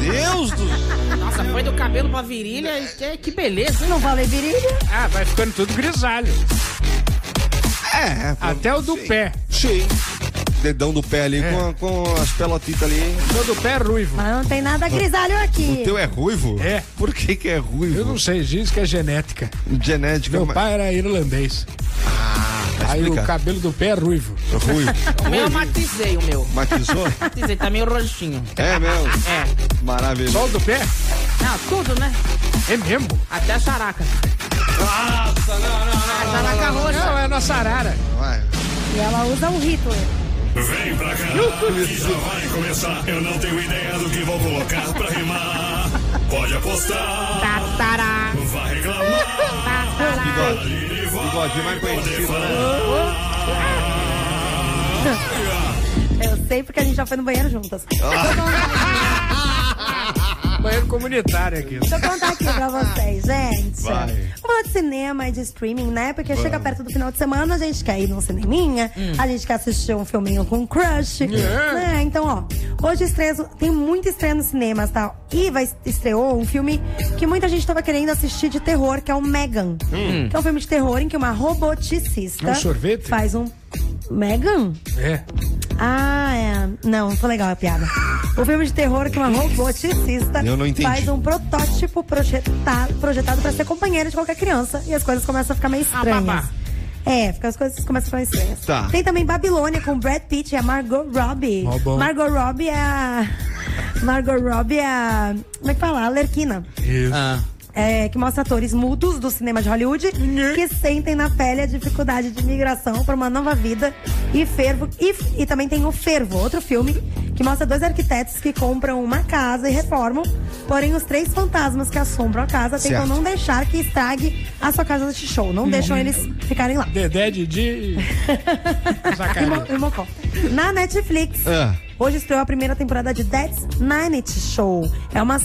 Speaker 1: Deus do céu.
Speaker 2: Nossa, foi do cabelo pra virilha. e Que, que beleza, hein?
Speaker 3: Não falei virilha?
Speaker 4: Ah, vai ficando tudo grisalho.
Speaker 1: É,
Speaker 4: Até o do
Speaker 1: sim.
Speaker 4: pé.
Speaker 1: Sim. Dedão do pé
Speaker 4: É.
Speaker 1: ali com, a- com as pelotitas ali.
Speaker 4: O do pé é ruivo.
Speaker 3: Mas não tem nada grisalho aqui.
Speaker 1: O teu é ruivo?
Speaker 4: É.
Speaker 1: Por que que é ruivo?
Speaker 4: Eu não sei, diz que é genética.
Speaker 1: Genética,
Speaker 4: Meu
Speaker 1: mas-
Speaker 4: pai era irlandês.
Speaker 1: Tá
Speaker 4: Aí o
Speaker 1: explicado.
Speaker 4: cabelo do pé é ruivo.
Speaker 1: Ruivo.
Speaker 2: O meu eu matizei, o meu.
Speaker 1: Matizou?
Speaker 2: Matizei, tá meio roxinho.
Speaker 1: É mesmo.
Speaker 2: É.
Speaker 1: Maravilha.
Speaker 4: Só o do pé?
Speaker 2: Não, tudo, né?
Speaker 4: É mesmo?
Speaker 2: Até a characa. Nossa, não, não, A characa roxa.
Speaker 4: Não, é a nossa arara.
Speaker 1: Vai.
Speaker 3: E ela usa um Hitler.
Speaker 5: Vem pra cá, que já vai começar. Eu não tenho ideia do que vou colocar pra rimar. Pode apostar,
Speaker 7: Tatará.
Speaker 5: vai reclamar.
Speaker 7: Tatará.
Speaker 5: Aline vai
Speaker 1: Bigode mais conhecido. né?
Speaker 3: Eu sei porque a gente já foi no banheiro juntas. Deixa
Speaker 4: Banheiro comunitário aqui.
Speaker 3: eu contar aqui pra vocês, gente.
Speaker 1: Vai.
Speaker 3: Vamos falar de cinema e de streaming, né? Porque chega perto do final de semana, a gente quer ir num cineminha,
Speaker 4: Hum.
Speaker 3: a gente quer assistir um filminho com crush.
Speaker 4: É.
Speaker 3: Né? Então, ó, hoje estreia, tem muito estreia nos cinemas, tá? E vai, estreou um filme que muita gente tava querendo assistir de terror, que é o Megan. Que é um filme de terror em que uma roboticista
Speaker 4: Hum. Um sorvete?
Speaker 3: faz um. Megan?
Speaker 4: É.
Speaker 3: Ah, é. Não, não foi legal a piada. O filme de terror que uma roboticista
Speaker 1: Eu não entendi.
Speaker 3: faz um protótipo projeta- projetado pra ser companheira de qualquer criança e as coisas começam a ficar meio
Speaker 4: babá.
Speaker 3: estranhas. É, fica as coisas começam a ficar estranhas.
Speaker 1: Ah, Tá.
Speaker 3: Tem também Babilônia com Brad Pitt e a Margot Robbie.
Speaker 4: Ó, bom.
Speaker 3: Margot Robbie é a. Margot Robbie é a. Como é que fala? A Lerquina.
Speaker 4: Isso.
Speaker 2: Ah,
Speaker 3: É, que mostra atores mudos do cinema de Hollywood que sentem na pele a dificuldade de migração para uma nova vida e fervo. E, e também tem o Fervo, outro filme que mostra dois arquitetos que compram uma casa e reformam, porém os três fantasmas que assombram a casa tentam
Speaker 1: Certo.
Speaker 3: não deixar que estrague a sua casa de show, não deixam eles ficarem lá.
Speaker 4: Dedé, Didi.
Speaker 3: E Mo- e Mocó. Na Netflix.
Speaker 1: Ah.
Speaker 3: Hoje estreou a primeira temporada de Dead Night Show. É uma.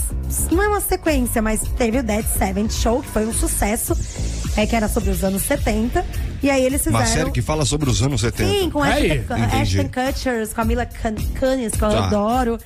Speaker 3: Não é uma sequência, mas teve o Dead Seventh Show, que foi um sucesso. É que era sobre os anos 70. E aí eles fizeram.
Speaker 1: Uma série que fala sobre os anos 70.
Speaker 3: Sim, com
Speaker 4: Aí,
Speaker 3: Ashton, Cu-
Speaker 1: entendi.
Speaker 3: Ashton Kutcher, com a Mila Kun- Kunis, que eu
Speaker 1: Tá.
Speaker 3: adoro.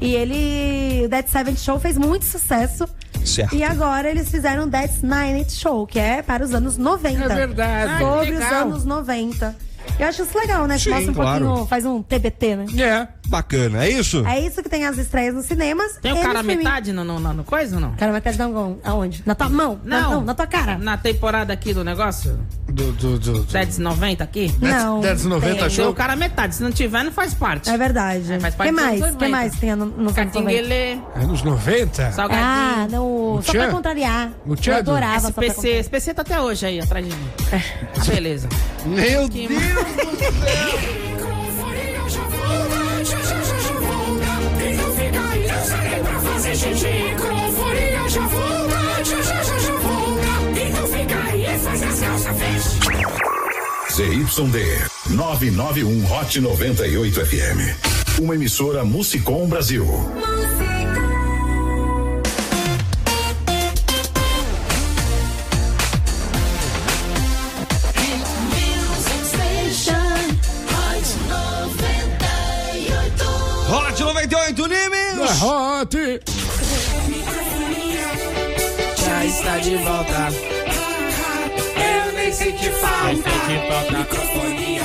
Speaker 3: E ele. O Dead Seventh Show fez muito sucesso.
Speaker 1: Certo.
Speaker 3: E agora eles fizeram o Dead Night Show, que é para os anos 90.
Speaker 4: É verdade. Ah,
Speaker 3: Sobre
Speaker 4: que
Speaker 3: os
Speaker 4: legal.
Speaker 3: anos 90. Eu acho isso legal, né? Que
Speaker 1: Sim,
Speaker 3: mostra um
Speaker 1: claro.
Speaker 3: pouquinho, faz um TBT, né?
Speaker 4: É.
Speaker 1: Bacana, é isso?
Speaker 3: É isso que tem as estreias nos cinemas.
Speaker 2: tem
Speaker 3: e
Speaker 2: o
Speaker 3: no
Speaker 2: cara
Speaker 3: streaming.
Speaker 2: metade no, no, no, no coisa ou não?
Speaker 3: Cara metade não, aonde? Na tua mão? Na- não, na tua cara.
Speaker 2: Na temporada aqui do negócio?
Speaker 4: Do, do, do, do.
Speaker 2: 790 aqui?
Speaker 3: Não.
Speaker 4: That's 90
Speaker 3: tem.
Speaker 2: Tem
Speaker 4: show.
Speaker 2: o cara metade. Se não tiver, não faz parte.
Speaker 3: É verdade.
Speaker 2: É, faz
Speaker 3: O que
Speaker 2: parte dos
Speaker 3: mais?
Speaker 2: anos
Speaker 3: O que
Speaker 2: 90.
Speaker 3: mais tem no, no filme?
Speaker 2: Catinguele,
Speaker 4: Anos 90?
Speaker 3: Ah,
Speaker 2: Salgadinho,
Speaker 3: não.
Speaker 4: O
Speaker 3: só pra
Speaker 4: Tchan?
Speaker 3: contrariar.
Speaker 4: O Tchan
Speaker 3: Eu
Speaker 4: do-
Speaker 3: adorava só pra É.
Speaker 2: SPC.
Speaker 3: contrariar.
Speaker 2: SPC tá até hoje aí, atrás de mim. Ah, Beleza.
Speaker 1: Meu
Speaker 2: Que
Speaker 1: Deus!
Speaker 6: Microfonia já volta, já já já já volta. E não fica aí, dançarei pra fazer xixi. Microfonia já volta, já já já já volta. E não fica aí, faz as calças, fecha.
Speaker 5: ZYD 991 Hot 98 FM. Uma emissora Musicom Brasil.
Speaker 1: Hot 98 Nimes!
Speaker 4: Hot.
Speaker 2: Já está de volta.
Speaker 6: Eu nem senti falta. Microfonia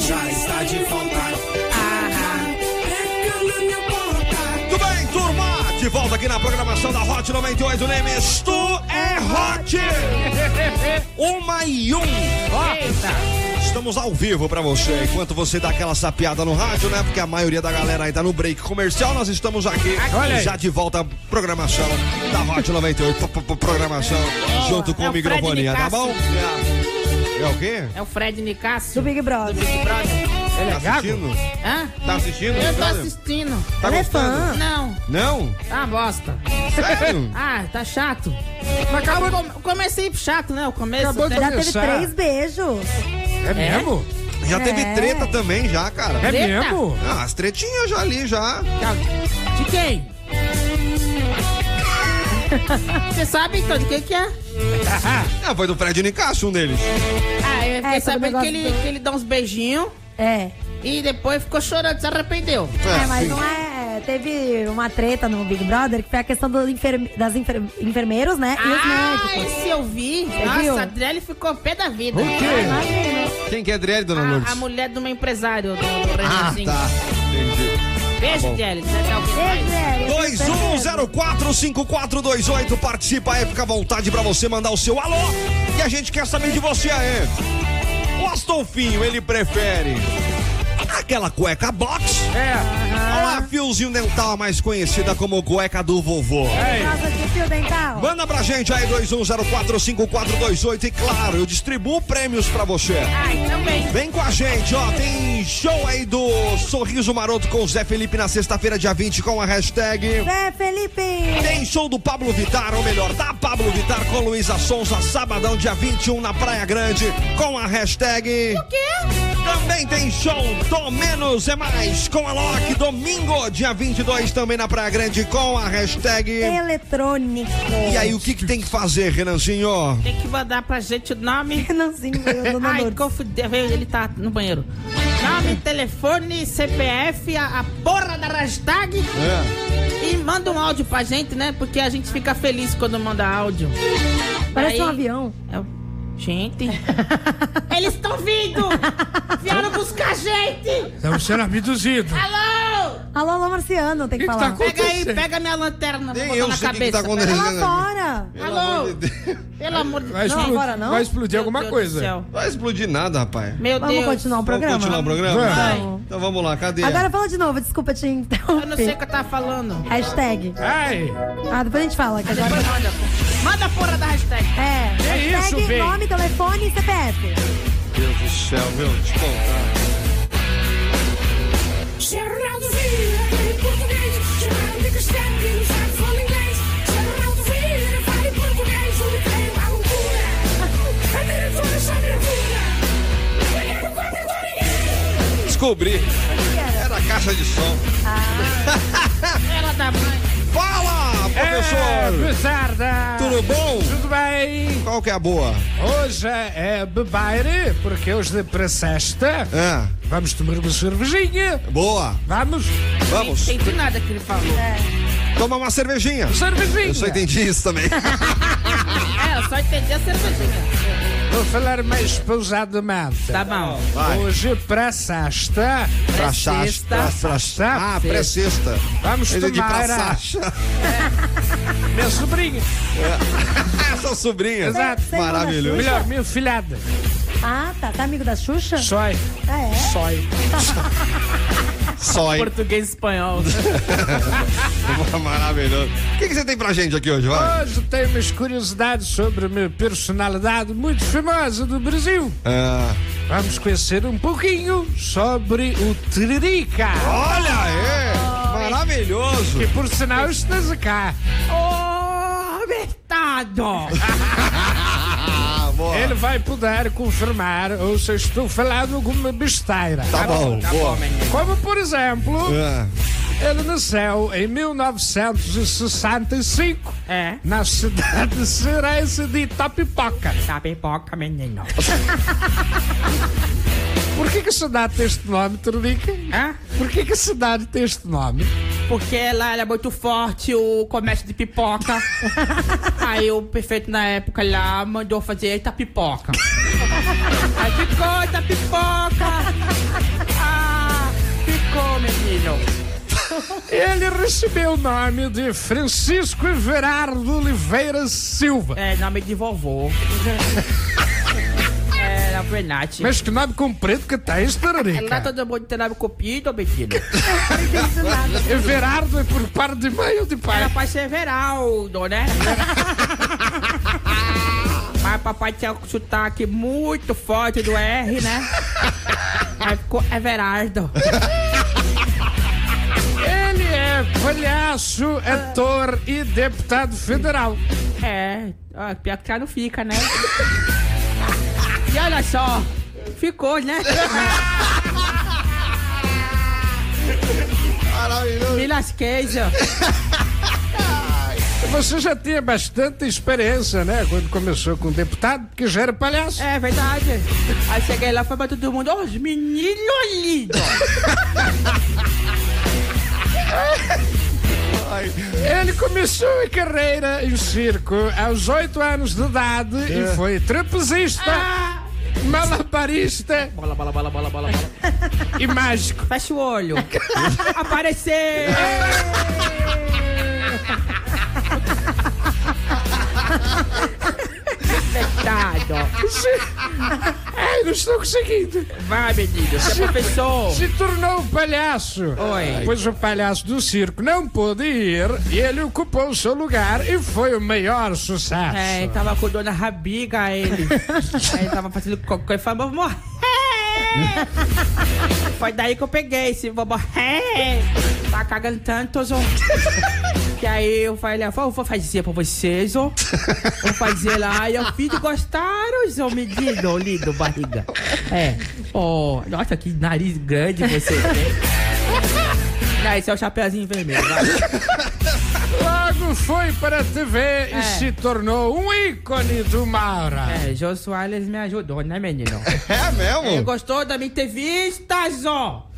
Speaker 6: já está de volta. Ah, pegando minha porta.
Speaker 1: Tudo bem, turma? De volta aqui na programação da Hot 98 Nimes. Tu é Hot! Uma e um.
Speaker 2: Eita.
Speaker 1: Estamos ao vivo pra você. Enquanto você dá aquela sapiada no rádio, né? Porque a maioria da galera aí tá no break comercial, nós estamos aqui.
Speaker 4: Olha aí.
Speaker 1: Já de volta à programação da Hot 98. pro- pro- Programação junto com
Speaker 2: É
Speaker 1: o
Speaker 2: o Fred
Speaker 1: microfonia, tá
Speaker 2: Nicásio.
Speaker 1: bom? É o quê?
Speaker 2: É o Fred Nicásio.
Speaker 3: Do Big Brother.
Speaker 2: Big Brother.
Speaker 1: Tá assistindo?
Speaker 2: Hã?
Speaker 1: Tá assistindo?
Speaker 2: Eu tô
Speaker 1: Brother?
Speaker 2: assistindo.
Speaker 1: Tá
Speaker 3: Ela é
Speaker 1: gostando?
Speaker 3: fã.
Speaker 2: Não,
Speaker 1: Não?
Speaker 2: tá uma bosta.
Speaker 1: Sério?
Speaker 2: Ah, tá chato. Eu comecei chato, né? O começo.
Speaker 4: Acabou de
Speaker 2: até-
Speaker 3: Já teve
Speaker 4: Começar.
Speaker 3: três beijos.
Speaker 4: É mesmo?
Speaker 1: Já teve
Speaker 3: É.
Speaker 1: treta também, já, cara.
Speaker 4: É
Speaker 2: Treta?
Speaker 4: mesmo?
Speaker 1: Ah, as tretinhas já ali, já.
Speaker 2: Tá. De quem? Você sabe então de quem que é?
Speaker 1: Ah, foi do Fred Nicasso, um deles.
Speaker 2: Ah, eu fiquei
Speaker 3: É, todo
Speaker 2: sabendo que
Speaker 3: negócio
Speaker 2: ele,
Speaker 3: dele.
Speaker 2: que ele dá uns beijinhos
Speaker 3: É.
Speaker 2: e depois ficou chorando, se arrependeu.
Speaker 3: É, mas
Speaker 1: sim.
Speaker 3: não é. Teve uma treta no Big Brother que foi a questão dos enferme- das enfer- enfermeiros, né? E os
Speaker 2: Ah,
Speaker 3: médicos.
Speaker 2: esse eu vi.
Speaker 3: viu?
Speaker 2: Nossa, a Adriele ficou pé da vida.
Speaker 4: O quê?
Speaker 3: Imagina.
Speaker 1: Quem que é Adriele, dona Lourdes?
Speaker 2: né? A, a mulher do meu empresário, do, do
Speaker 1: Ah,
Speaker 2: Renanzinho.
Speaker 1: tá. Entendi.
Speaker 2: Beijo, Adriele. Você tá ouvindo mais?
Speaker 3: Beijo, Hélio.
Speaker 1: 21045428, participa aí, fica à vontade pra você mandar o seu alô. E a gente quer saber de você aí. O Astolfinho, ele prefere aquela cueca box
Speaker 4: É.
Speaker 1: ou a fiozinho dental, a mais conhecida como cueca do vovô?
Speaker 3: Nossa, que fio dental.
Speaker 1: Manda pra gente aí, 21045428 e claro, eu distribuo prêmios pra você.
Speaker 2: Ai, também.
Speaker 1: Vem com a gente, ó. Tem show aí do Sorriso Maroto com o Zé Felipe na sexta-feira, dia 20, com a hashtag.
Speaker 3: Zé Felipe.
Speaker 1: Tem show do Pablo Vitar, ou melhor, da Pablo Vitar com Luísa Sonza, sabadão, dia 21, na Praia Grande, com a hashtag. O quê? Também tem show do Menos é Mais com a Loki, domingo, dia 22, também na Praia Grande, com a hashtag.
Speaker 3: Eletrônico.
Speaker 1: E aí, o que, que tem que fazer, Renanzinho?
Speaker 2: Tem que mandar pra gente o nome.
Speaker 3: Renanzinho veio do
Speaker 2: Ai,
Speaker 3: Namor.
Speaker 2: confundi. Ele tá no banheiro. Nome, telefone, CPF, a, a porra da hashtag.
Speaker 1: né?
Speaker 2: E manda um áudio pra gente, né? Porque a gente fica feliz quando manda áudio.
Speaker 3: Parece
Speaker 2: Aí-
Speaker 3: um avião.
Speaker 2: É o- Gente. Eles estão vindo! Vieram buscar a gente!
Speaker 4: Estamos sendo abduzidos.
Speaker 2: Alô!
Speaker 3: Alô, alô, Marciano, tem que,
Speaker 4: que
Speaker 3: falar.
Speaker 4: tá
Speaker 2: Pega aí, pega minha lanterna, vou
Speaker 1: Nem
Speaker 2: botar
Speaker 1: eu
Speaker 2: na
Speaker 1: sei o que que tá
Speaker 2: cabeça.
Speaker 1: acontecendo.
Speaker 3: Ela fora!
Speaker 1: Pelo
Speaker 2: Alô?
Speaker 1: amor de Deus.
Speaker 2: Pelo amor de Deus.
Speaker 4: Vai, explodir,
Speaker 3: agora não?
Speaker 4: vai explodir alguma
Speaker 7: Meu Deus do
Speaker 4: coisa.
Speaker 7: céu.
Speaker 1: Não vai explodir nada, rapaz.
Speaker 7: É
Speaker 2: Meu
Speaker 3: Vamos
Speaker 2: Deus.
Speaker 3: continuar o um programa? né?
Speaker 1: Vamos continuar o programa?
Speaker 4: Vai.
Speaker 1: Então, então vamos lá, cadê?
Speaker 3: Agora fala de novo, desculpa te interromper.
Speaker 2: Eu não sei o que eu tava falando.
Speaker 3: Hashtag.
Speaker 4: Ai,
Speaker 3: Ah, depois a gente fala. Que agora...
Speaker 2: Depois manda. Manda a porra da hashtag.
Speaker 3: É,
Speaker 4: Que
Speaker 3: hashtag,
Speaker 4: isso, véi?
Speaker 3: nome, telefone e CPF.
Speaker 1: Meu Deus do céu, meu, te contar.
Speaker 6: Geraldo Vieira, em português. Geraldo é de Castelo, que não sabe falar inglês. Geraldo Vieira, fala em português. Onde tem uma loucura. A diretora sabe a cura. Ganhar o quadro do ninguém.
Speaker 1: Descobri. Era a caixa de som.
Speaker 2: Ela dá mãe.
Speaker 1: Fala,
Speaker 4: é,
Speaker 1: professor!
Speaker 4: Bizarda.
Speaker 8: É.
Speaker 1: Tudo bom?
Speaker 4: Tudo bem?
Speaker 1: Qual que é a boa?
Speaker 4: Hoje é beber, porque hoje para sexta
Speaker 1: Ah,
Speaker 4: vamos tomar uma cervejinha.
Speaker 1: boa.
Speaker 4: Vamos,
Speaker 1: Vamos,
Speaker 2: Entendi nada que ele falou.
Speaker 1: toma uma cervejinha.
Speaker 4: cervejinha.
Speaker 1: Eu só entendi isso também.
Speaker 2: É, eu só entendi a cervejinha.
Speaker 4: Vou falar mais pausadamente.
Speaker 7: Tá bom.
Speaker 1: Vai.
Speaker 4: Hoje para sexta
Speaker 1: Pra chacha,
Speaker 7: sexta.
Speaker 1: pra, pra,
Speaker 4: Sexta.
Speaker 1: ah, pré-sexta.
Speaker 4: vamos
Speaker 1: Ele de pra
Speaker 4: tomar a
Speaker 1: Sasha.
Speaker 4: minha sobrinha.
Speaker 1: Essa sobrinha.
Speaker 4: Exato.
Speaker 3: Sei lá,
Speaker 1: Maravilhoso.
Speaker 3: Xuxa.
Speaker 4: Melhor, minha filhada.
Speaker 3: Ah, tá. Tá amigo da Xuxa?
Speaker 4: Sói,
Speaker 3: Ah, é?
Speaker 4: sói.
Speaker 1: Só, hein?
Speaker 7: Português e espanhol.
Speaker 1: Maravilhoso. O que, que você tem pra gente aqui hoje, vai?
Speaker 4: Hoje tenho umas curiosidades sobre a minha personalidade muito famosa do Brasil.
Speaker 1: Ah,
Speaker 4: Vamos conhecer um pouquinho sobre o Tiririca.
Speaker 1: Ah. olha aí! Maravilhoso!
Speaker 4: Que por sinal estás cá.
Speaker 2: Ô, Bertado!
Speaker 1: Ah, boa.
Speaker 4: Ele vai poder confirmar ou se estou falando alguma besteira.
Speaker 1: Tá bom, boa.
Speaker 4: Como por exemplo,
Speaker 1: Ah,
Speaker 4: ele nasceu em 1965
Speaker 2: É.
Speaker 4: na cidade de Cerense de Itapipoca.
Speaker 2: Tá pipoca, menino.
Speaker 4: Por que, que a cidade tem este nome, Tiririca?
Speaker 2: Hã?
Speaker 4: Por que, que a cidade tem este nome?
Speaker 2: Porque lá era muito forte o comércio de pipoca. Aí o prefeito na época lá mandou fazer eita pipoca. Aí ficou eita pipoca. Ah, ficou, menino.
Speaker 4: Ele recebeu o nome de Francisco Everardo Oliveira Silva.
Speaker 2: É, nome de vovô. É, Era Brenati.
Speaker 4: Mas que nome comprido que tá tens,
Speaker 2: Lá
Speaker 4: Tararica?
Speaker 2: todo mundo tem nome copido, menino.
Speaker 4: Everardo é por par de meio de
Speaker 2: Era
Speaker 4: pai.
Speaker 2: Tá pra ser Veraldo, né? Mas papai tinha um sotaque muito forte do R, né? Aí ficou Everardo.
Speaker 4: Ele é palhaço, ator e deputado federal.
Speaker 2: É, ó, pior que já não fica, né? E olha só, ficou, né?
Speaker 1: maravilhoso.
Speaker 2: Me lasquei, já.
Speaker 4: Você já tinha bastante experiência, né? Quando começou com deputado, porque já era palhaço.
Speaker 2: É verdade. Aí cheguei lá e falei pra todo mundo, ó, os meninos lindos. É.
Speaker 4: Ele começou a carreira em circo aos 8 anos de idade e foi trapezista,
Speaker 2: Ah!
Speaker 4: malabarista
Speaker 7: Bola, bola, bola, bola, bola, bola.
Speaker 4: e mágico.
Speaker 2: Fecha o olho. Apareceu! Fechado.
Speaker 4: Ai, não estou conseguindo.
Speaker 2: Vai, menino, você é professor.
Speaker 4: Se tornou um palhaço.
Speaker 2: Oi.
Speaker 4: Pois o palhaço do circo não pôde ir e ele ocupou o seu lugar e foi o maior sucesso.
Speaker 2: É, tava com dona Rabiga ele. Aí tava fazendo cocô e falou, vou morrer! Foi daí que eu peguei esse vou morrer! Tá cagando tanto, zo. Que aí eu falei, eu vou fazer pra vocês, ó. Vou fazer lá. E eu fiz e gostaram, zo, medido, lindo, barriga. É. Ó, nossa, que nariz grande você tem. Não, esse é o chapeuzinho vermelho. vai.
Speaker 4: Logo foi para a TV
Speaker 2: É.
Speaker 4: e se tornou um ícone do Maura.
Speaker 2: É, Jô Soares me ajudou, né, menino?
Speaker 1: É
Speaker 2: Ele
Speaker 1: mesmo?
Speaker 2: gostou da minha
Speaker 1: É.
Speaker 2: entrevista, Zó?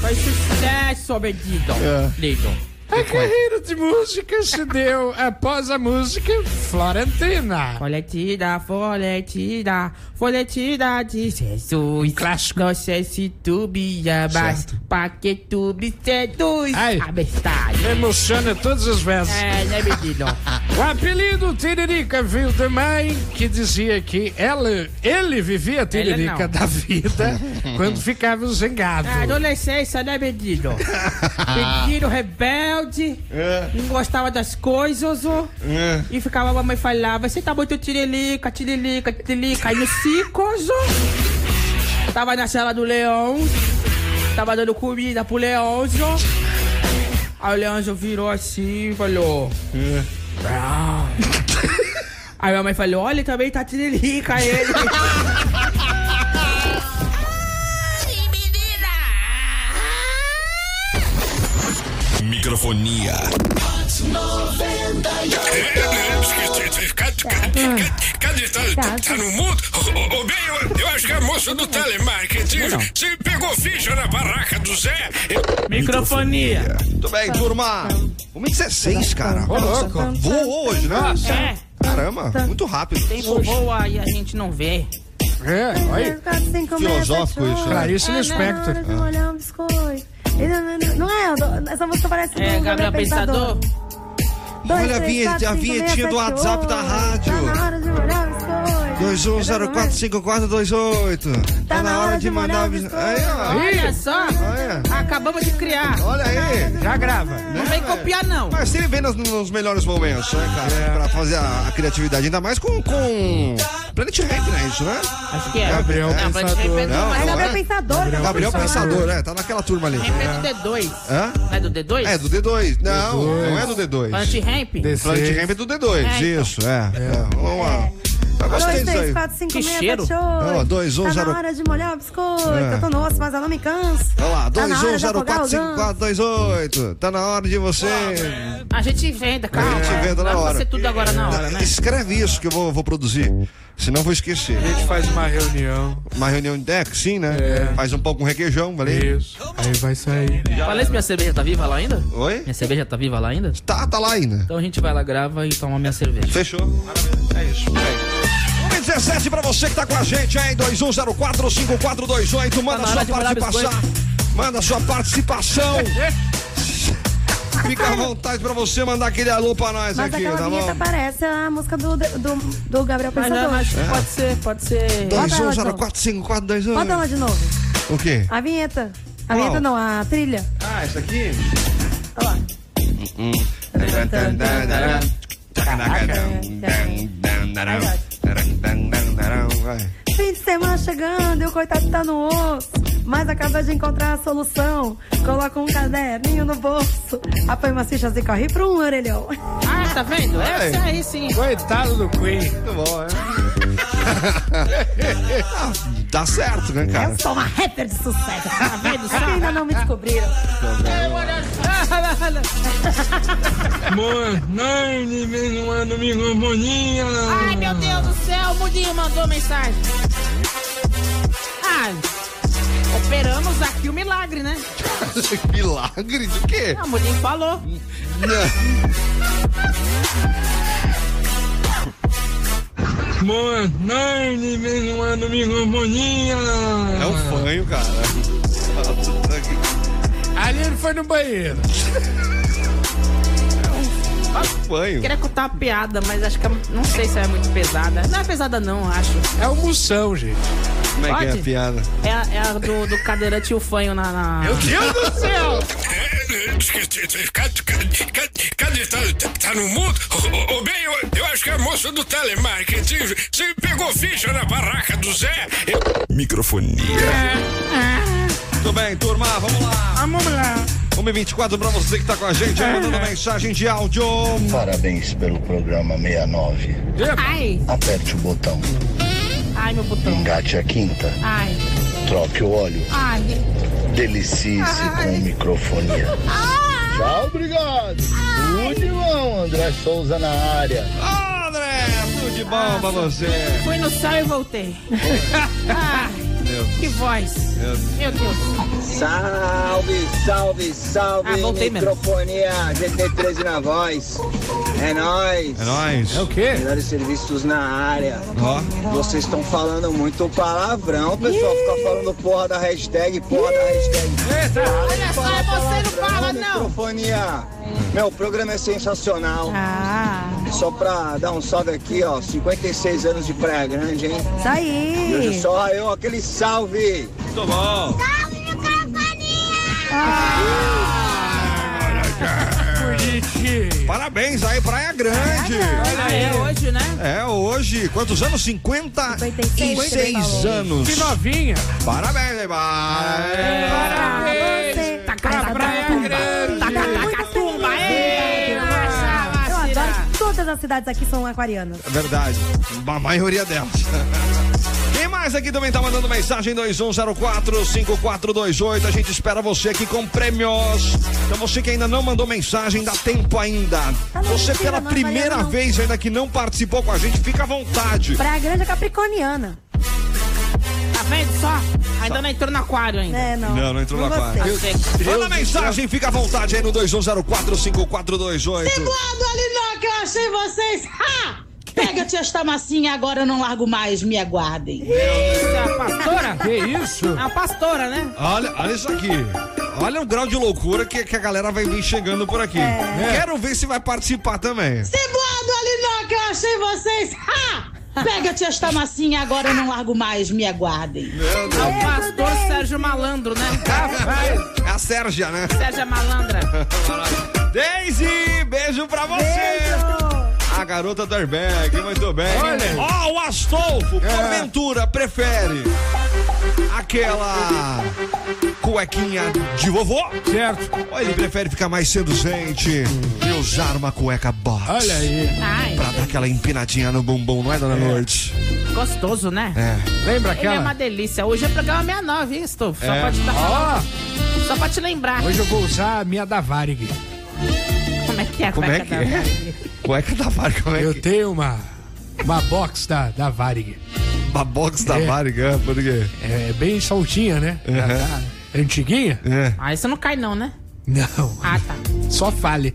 Speaker 2: Foi sucesso, obedido. Lido.
Speaker 4: A carreira de música se deu após a música Florentina.
Speaker 7: Folhetida, folhetida, folhetida de Jesus. é
Speaker 4: Clássico.
Speaker 7: Nossa, se tu me amas,
Speaker 4: Certo.
Speaker 7: é pra que tu me seduz?
Speaker 4: Ai.
Speaker 7: A bestagem.
Speaker 4: Emociona todas as vezes.
Speaker 7: É, né, menino?
Speaker 4: O apelido Tiririca veio da mãe que dizia que ela, ele vivia a Tiririca
Speaker 7: não.
Speaker 4: da vida quando ficava zangado.
Speaker 2: Ah,
Speaker 7: Na É, adolescência, né, menino? Menino rebelde,
Speaker 4: É.
Speaker 7: não gostava das coisas, ó. E ficava, a mamãe falava, você tá muito tirilica, tirilica, tirilica. Aí no ciclos, ó, tava na sala do leão, tava dando comida pro leãozinho. Aí o leãozinho virou assim e falou... "Brau." Aí minha mãe falou, olha, também tá tirilica ele.
Speaker 5: Microfonia. Cadê? Tá, tá no mundo? Ô, ô, ô, bem, eu, eu acho que a moça do telemarketing se pegou ficha na barraca do Zé.
Speaker 7: Microfonia.
Speaker 1: Muito bem, turma. 1,16, cara.
Speaker 4: Ô, louco.
Speaker 1: Voou hoje, né?
Speaker 7: É.
Speaker 1: Caramba, muito rápido.
Speaker 7: Tem boa e a gente não vê.
Speaker 4: É, olha.
Speaker 3: tá assim
Speaker 1: Filosófico isso, né?
Speaker 4: Clarice
Speaker 3: Ah,
Speaker 4: Lispector.
Speaker 3: um Não é? Essa música parece
Speaker 7: É,
Speaker 3: do
Speaker 7: Gabriel Pensador.
Speaker 3: Dois,
Speaker 1: Olha a
Speaker 3: três,
Speaker 1: vinheta-
Speaker 3: quatro,
Speaker 1: a
Speaker 3: cinco,
Speaker 1: vinhetinha
Speaker 3: seis,
Speaker 1: do
Speaker 3: sete,
Speaker 1: WhatsApp
Speaker 3: oito.
Speaker 1: da rádio.
Speaker 3: Tá na hora de molhar o biscoito.
Speaker 1: 21045428. Tá na hora de mandar o bis- Aí, ó.
Speaker 7: Olha só,
Speaker 1: Olha.
Speaker 7: acabamos de criar.
Speaker 1: Olha aí.
Speaker 4: Já grava.
Speaker 7: Não vem copiar, não.
Speaker 1: Mas sempre vem nos, nos melhores momentos, né, cara? Pra fazer a, a criatividade, ainda mais com, com Planet Rap, né? Isso, né?
Speaker 7: Acho que é.
Speaker 4: Gabriel
Speaker 1: É,
Speaker 4: Pensador.
Speaker 1: Não,
Speaker 3: É
Speaker 1: não
Speaker 3: Gabriel
Speaker 1: é?
Speaker 3: Pensador. não
Speaker 1: Gabriel
Speaker 3: foi chamado.
Speaker 1: Pensador, né? Tá naquela turma ali.
Speaker 7: Ramp é do D2.
Speaker 1: Hã?
Speaker 7: Não é do D2?
Speaker 1: É, do D2. Não, não é do D2.
Speaker 7: Anti-ramp?
Speaker 1: Planet Ramp é do D2,
Speaker 7: É, então.
Speaker 1: isso, é. é. Vamos lá. Eu gostei
Speaker 3: Dois,
Speaker 1: disso
Speaker 3: três,
Speaker 1: aí.
Speaker 3: quatro, cinco,
Speaker 7: Que
Speaker 3: meia,
Speaker 7: cheiro.
Speaker 3: sete, oito.
Speaker 1: Ó, dois, um,
Speaker 3: Tá
Speaker 1: zero-
Speaker 3: na hora de molhar o biscoito.
Speaker 1: É.
Speaker 3: Eu tô no osso, mas eu não me canso.
Speaker 1: Olha lá,
Speaker 3: Tá na hora de afogar o
Speaker 1: 21045428. Tá na hora de você.
Speaker 7: A gente venda, calma.
Speaker 1: A gente venda na
Speaker 7: Não
Speaker 1: hora.
Speaker 7: Não ser tudo agora na hora, né?
Speaker 1: Escreve isso que eu vou, vou produzir. Senão eu vou esquecer.
Speaker 4: A gente faz uma reunião.
Speaker 1: Uma reunião de deck, sim, né?
Speaker 2: É.
Speaker 1: Faz um pão com requeijão, valeu?
Speaker 4: Isso. Aí vai sair.
Speaker 2: Fala isso, minha cerveja tá viva lá ainda?
Speaker 1: Oi?
Speaker 2: Minha cerveja tá viva lá ainda?
Speaker 1: Tá, tá lá ainda.
Speaker 2: Então a gente vai lá, grava e toma minha cerveja.
Speaker 1: Fechou. Maravilha. É isso. É. 17 pra você que tá com a gente aí, 21045428. Manda
Speaker 2: Tá na hora
Speaker 1: sua
Speaker 2: de mandar
Speaker 1: participação. Manda sua participação. Fica à vontade pra você mandar aquele alô pra nós
Speaker 3: Mas
Speaker 1: aqui,
Speaker 3: aquela
Speaker 1: tá
Speaker 3: vinheta
Speaker 1: bom?
Speaker 3: parece a música do, do, do Gabriel
Speaker 2: Mas,
Speaker 3: Pensador.
Speaker 2: mas pode ser, pode ser.
Speaker 3: Bota ela de novo.
Speaker 1: 21045428.
Speaker 3: Bota ela de novo.
Speaker 1: O quê?
Speaker 3: A vinheta. A
Speaker 1: Qual?
Speaker 3: vinheta não, a trilha.
Speaker 1: Ah, essa aqui?
Speaker 3: Olha lá.
Speaker 1: Vai.
Speaker 3: Fim de semana chegando e o coitado tá no osso. Mas acaba de encontrar a solução. Coloca um caderninho no bolso. Apanha umas fichas e corre pro um orelhão.
Speaker 7: Ah, tá vendo?
Speaker 1: Ai.
Speaker 7: É isso aí, sim.
Speaker 4: Coitado do Queen.
Speaker 1: Muito bom, né? Ah, Dá certo, né, cara?
Speaker 3: Eu sou uma rapper de sucesso.
Speaker 7: Tá vendo
Speaker 3: É que ainda não me descobriram.
Speaker 7: só?
Speaker 4: Boa noite, mano, microfonia.
Speaker 7: Ai, meu Deus do céu, o Mudinho mandou mensagem. Ai, operamos aqui o milagre, né?
Speaker 1: Milagre do quê?
Speaker 7: Ah, O Mudinho falou.
Speaker 4: Boa noite, mano, microfonia.
Speaker 1: É um fanho, cara.
Speaker 4: Ali ele foi no banheiro.
Speaker 1: É um Fanho.
Speaker 7: Queria contar uma piada, mas acho que é mu- não sei se é muito pesada. Não é pesada não, acho.
Speaker 4: É o moção, gente.
Speaker 1: Como é que é a
Speaker 7: Pode?
Speaker 1: piada?
Speaker 7: É, a- é a do, do cadeirante e o fanho na... na-
Speaker 4: Deus do céu!
Speaker 5: Cadê? Tá, tá, tá no mundo? Ô, ô, ô, bem, eu, eu acho que a moça do telemarketing se pegou ficha na barraca do Zé. Microfonia.
Speaker 1: Muito bem, turma, vamos lá.
Speaker 4: Vamos lá.
Speaker 1: 1h24 pra você que tá com a gente aí, mandando mensagem de áudio.
Speaker 9: Parabéns pelo programa 69.
Speaker 7: Ai,
Speaker 9: Aperte o botão,
Speaker 7: ai meu botão.
Speaker 9: engate a quinta,
Speaker 7: Ai,
Speaker 9: troque o óleo,
Speaker 7: ai.
Speaker 9: delicie-se com microfonia. Tchau, obrigado. Tudo bom, André Souza na área.
Speaker 1: Ah, André, tudo de bom pra você.
Speaker 7: Fui no céu e voltei. Ai,
Speaker 1: Meu
Speaker 7: Ah, que voz.
Speaker 1: Deus.
Speaker 7: Meu Deus.
Speaker 10: Salve, salve, salve,
Speaker 7: Ah, voltei mesmo.
Speaker 10: microfonia GT13 na voz. É nóis.
Speaker 1: É nóis.
Speaker 4: É o quê?
Speaker 10: Melhores serviços na área.
Speaker 1: Ó.
Speaker 10: Vocês estão falando muito palavrão, pessoal. Fica falando porra da hashtag, porra da hashtag.
Speaker 7: Olha só, você não fala, não.
Speaker 10: Microfonia. Meu, o programa é sensacional.
Speaker 3: Ah,
Speaker 10: Só pra dar um salve aqui, ó. 56 anos de né? Praia Grande, hein?
Speaker 3: isso
Speaker 10: E hoje
Speaker 3: aí.
Speaker 10: só eu, aquele salve.
Speaker 1: Muito bom. Parabéns aí, Praia Grande.
Speaker 7: Ah, é hoje, né?
Speaker 1: É hoje, quantos anos? 56
Speaker 3: 56
Speaker 1: anos.
Speaker 4: Que novinha.
Speaker 1: Parabéns, aí, vai.
Speaker 3: Você- Taca, taca, tumba. Taca, taca, tumba.
Speaker 7: Ei, nossa,
Speaker 3: Eu adoro
Speaker 7: vacina.
Speaker 3: que todas as cidades aqui são aquarianas.
Speaker 1: É verdade. A maioria delas. Quem mais aqui também tá mandando mensagem 21045428. A gente espera você aqui com prêmios. Então você que ainda não mandou mensagem, dá tempo ainda.
Speaker 3: Ah, não,
Speaker 1: Você
Speaker 3: mentira,
Speaker 1: pela
Speaker 3: não,
Speaker 1: primeira
Speaker 3: Mariana, não.
Speaker 1: vez ainda que não participou com a gente, fica à vontade.
Speaker 3: Praia Grande é capricorniana.
Speaker 7: Tá vendo só? Ainda não entrou no aquário ainda.
Speaker 3: É, não.
Speaker 1: Não, não entrou no
Speaker 3: Não
Speaker 1: aquário.
Speaker 3: gostei.
Speaker 7: Você-
Speaker 1: Manda mensagem, fica à vontade aí no 21045428.
Speaker 11: Eduardo Alinoca, eu achei vocês! Ha! Pega-te esta massinha agora, eu não largo mais, me aguardem.
Speaker 7: Isso, é a pastora?
Speaker 4: Que isso?
Speaker 7: É a pastora, né?
Speaker 1: Olha, olha isso aqui. Olha o grau de loucura que, que a galera vai vir chegando por aqui.
Speaker 7: É.
Speaker 1: É. Quero ver se vai participar também.
Speaker 11: Eduardo Alinoca, eu achei vocês! Ha! Pega-te esta massinha agora, eu não largo mais, me aguardem.
Speaker 7: É o pastor Sérgio Malandro, né?
Speaker 1: É a Sérgia, né?
Speaker 7: Sérgio Malandra.
Speaker 1: Daisy, beijo pra você! A garota do airbag, muito bem. É.
Speaker 4: Olha aí.
Speaker 1: Ó, o Astolfo, porventura, prefere aquela cuequinha de vovô?
Speaker 4: Certo.
Speaker 1: Ou ele prefere ficar mais seduzente e usar uma cueca box?
Speaker 4: Olha aí.
Speaker 7: Ai,
Speaker 1: Pra dar aquela empinadinha no bumbum, não é, dona Lourdes?
Speaker 7: gostoso, né?
Speaker 1: É.
Speaker 4: Lembra
Speaker 7: Ele é uma
Speaker 4: aquela?
Speaker 7: delícia. Hoje é programa 69, hein, Estofo? Só,
Speaker 1: É.
Speaker 7: pra te dar-
Speaker 4: Ó,
Speaker 7: só pra te lembrar.
Speaker 4: hoje eu vou usar a minha da Varig.
Speaker 7: Como é que é?
Speaker 1: Como é que é? Cueca da Varig, como é
Speaker 4: Eu
Speaker 1: que
Speaker 4: tenho uma, uma box da, da Varig.
Speaker 1: Uma box da
Speaker 4: É.
Speaker 1: Varig, é, por quê?
Speaker 4: É bem soltinha, né? Já tá Antiguinha?
Speaker 1: É.
Speaker 7: Ah, isso não cai não, né?
Speaker 4: Não,
Speaker 7: Ah, tá.
Speaker 4: só fale.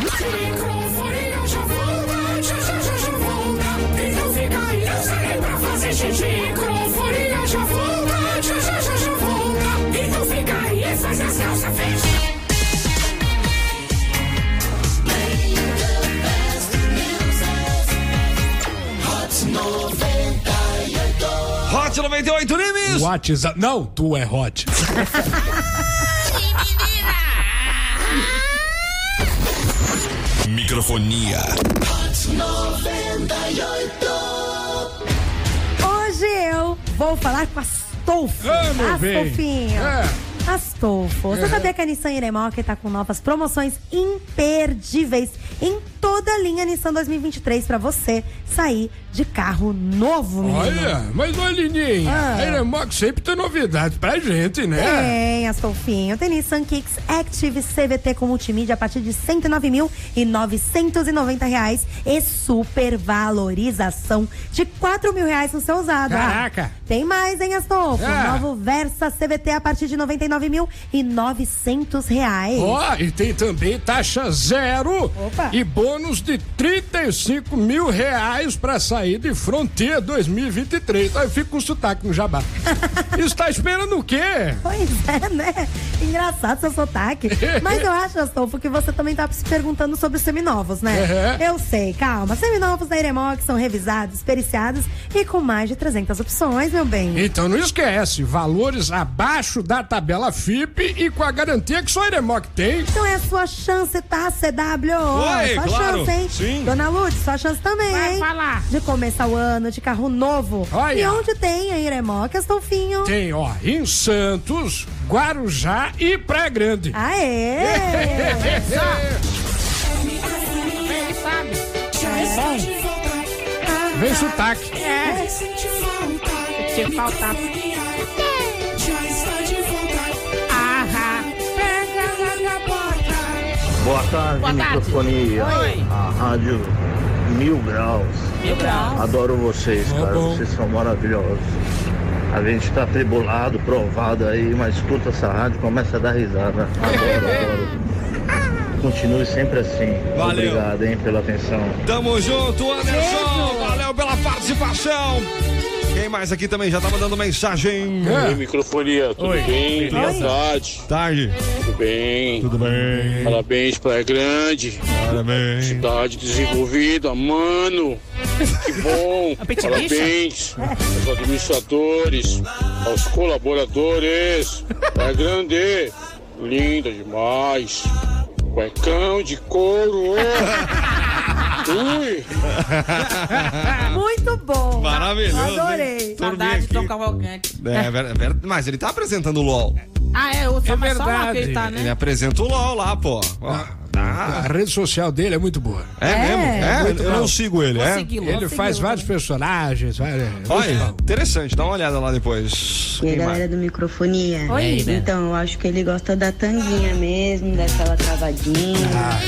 Speaker 6: Microfonia já volta, já já já já volta. E não fica aí, eu serei pra fazer xixi. Microfonia já volta, já já já já volta. E não fica aí, e faz as calças fechadas.
Speaker 1: Hot 98 Nimes!
Speaker 4: WhatsApp. Não, tu é hot.
Speaker 12: Microfonia.
Speaker 3: Hoje eu vou falar com Astolfo.
Speaker 4: Vamos ver.
Speaker 3: Astolfinho. Astolfo, você sabia que a Nissan Iremoca está com novas promoções imperdíveis em toda a linha Nissan 2023 para você sair de carro novo, menino?
Speaker 4: Olha, mas ô Lininha,
Speaker 3: Ah.
Speaker 4: a Iremox sempre tem novidade pra gente, né?
Speaker 3: Tem, Astolfinho. Tem Nissan Kicks Active CVT com multimídia a partir de R$ 109.990 reais e supervalorização de R$ 4 mil reais no seu usado.
Speaker 4: Caraca.
Speaker 3: Ah, tem mais, hein, Astolfo?
Speaker 4: Ah.
Speaker 3: Novo Versa CVT a partir de R$ 99.900 reais.
Speaker 4: Ó, e tem também taxa zero
Speaker 3: Opa.
Speaker 4: e bônus de 35 mil reais pra sair de Frontier 2023. Aí eu fico com sotaque no jabá. Isso tá esperando o quê?
Speaker 3: Pois é, né? Engraçado seu sotaque. Mas eu acho, Astolfo, que você também tá se perguntando sobre os seminovos, né?
Speaker 4: Uhum.
Speaker 3: Eu sei, calma. Seminovos da Iremox são revisados, periciados e com mais de 300 opções, meu bem.
Speaker 4: Então não esquece, valores abaixo da tabela FIP e com a garantia que só a Iremoc tem.
Speaker 3: Então é a sua chance, tá, CW?
Speaker 1: Oi,
Speaker 3: sua
Speaker 1: claro.
Speaker 3: chance, hein?
Speaker 1: Sim.
Speaker 3: Dona Lutz, sua chance também,
Speaker 7: Vai
Speaker 3: hein?
Speaker 7: falar.
Speaker 3: De começar o ano de carro novo.
Speaker 4: Olha.
Speaker 3: E onde tem a Iremox, Astolfinho?
Speaker 4: Tem, ó, em Santos, Guarujá e Praia Grande. É.
Speaker 3: Aê!
Speaker 4: Ah,
Speaker 7: Ele sabe.
Speaker 4: Vem sotaque.
Speaker 7: É. Tinha que faltar. Ahá.
Speaker 10: Boa tarde,
Speaker 7: Boa tarde.
Speaker 10: microfonia.
Speaker 7: Oi.
Speaker 10: A rádio Mil Graus.
Speaker 7: Mil graus.
Speaker 10: Adoro vocês,
Speaker 4: Tá
Speaker 10: cara.
Speaker 4: bom.
Speaker 10: Vocês são maravilhosos.
Speaker 13: A gente está tribulado, provado aí, mas escuta essa rádio e começa a dar risada. Adoro, adoro. Continue sempre assim.
Speaker 1: Valeu.
Speaker 13: Obrigado, hein, pela atenção.
Speaker 1: Tamo junto, Anderson. Valeu pela participação. Quem mais aqui também já tá mandando mensagem?
Speaker 14: Oi, microfonia, é tudo
Speaker 1: Oi.
Speaker 14: bem? Boa
Speaker 1: Beleza.
Speaker 14: tarde.
Speaker 1: Tarde.
Speaker 14: Tudo bem? Tudo
Speaker 1: bem.
Speaker 14: Parabéns, Praia Grande.
Speaker 1: Parabéns.
Speaker 14: Cidade desenvolvida, mano. Que bom. Parabéns
Speaker 15: petibicha.
Speaker 14: aos administradores, aos colaboradores. Praia Grande. Linda demais. Cuecão de couro. Ui.
Speaker 3: Muito bom. tá?
Speaker 1: Maravilhoso,
Speaker 3: Adorei.
Speaker 1: hein? Turminha
Speaker 7: Saudade de
Speaker 1: aqui.
Speaker 7: tocar o Alcante.
Speaker 1: É, ver- ver- mas ele tá apresentando o LOL.
Speaker 7: Ah, é, o só, mas só lá que ele tá,
Speaker 1: Ele
Speaker 7: né?
Speaker 1: apresenta o LOL lá, pô. Ó, tá.
Speaker 4: A rede social dele é muito boa.
Speaker 1: É É. mesmo? É? Eu não sigo ele, Vou é? segui-lo, vou
Speaker 4: Ele faz
Speaker 1: segui-lo
Speaker 4: vários personagens. várias- é
Speaker 1: Olha, interessante, dá uma olhada lá depois.
Speaker 16: E a
Speaker 1: Quem mais?
Speaker 16: galera do microfonia.
Speaker 1: Oi.
Speaker 16: É, Então, eu acho que ele gosta da tanguinha mesmo, daquela cavadinha. Aquela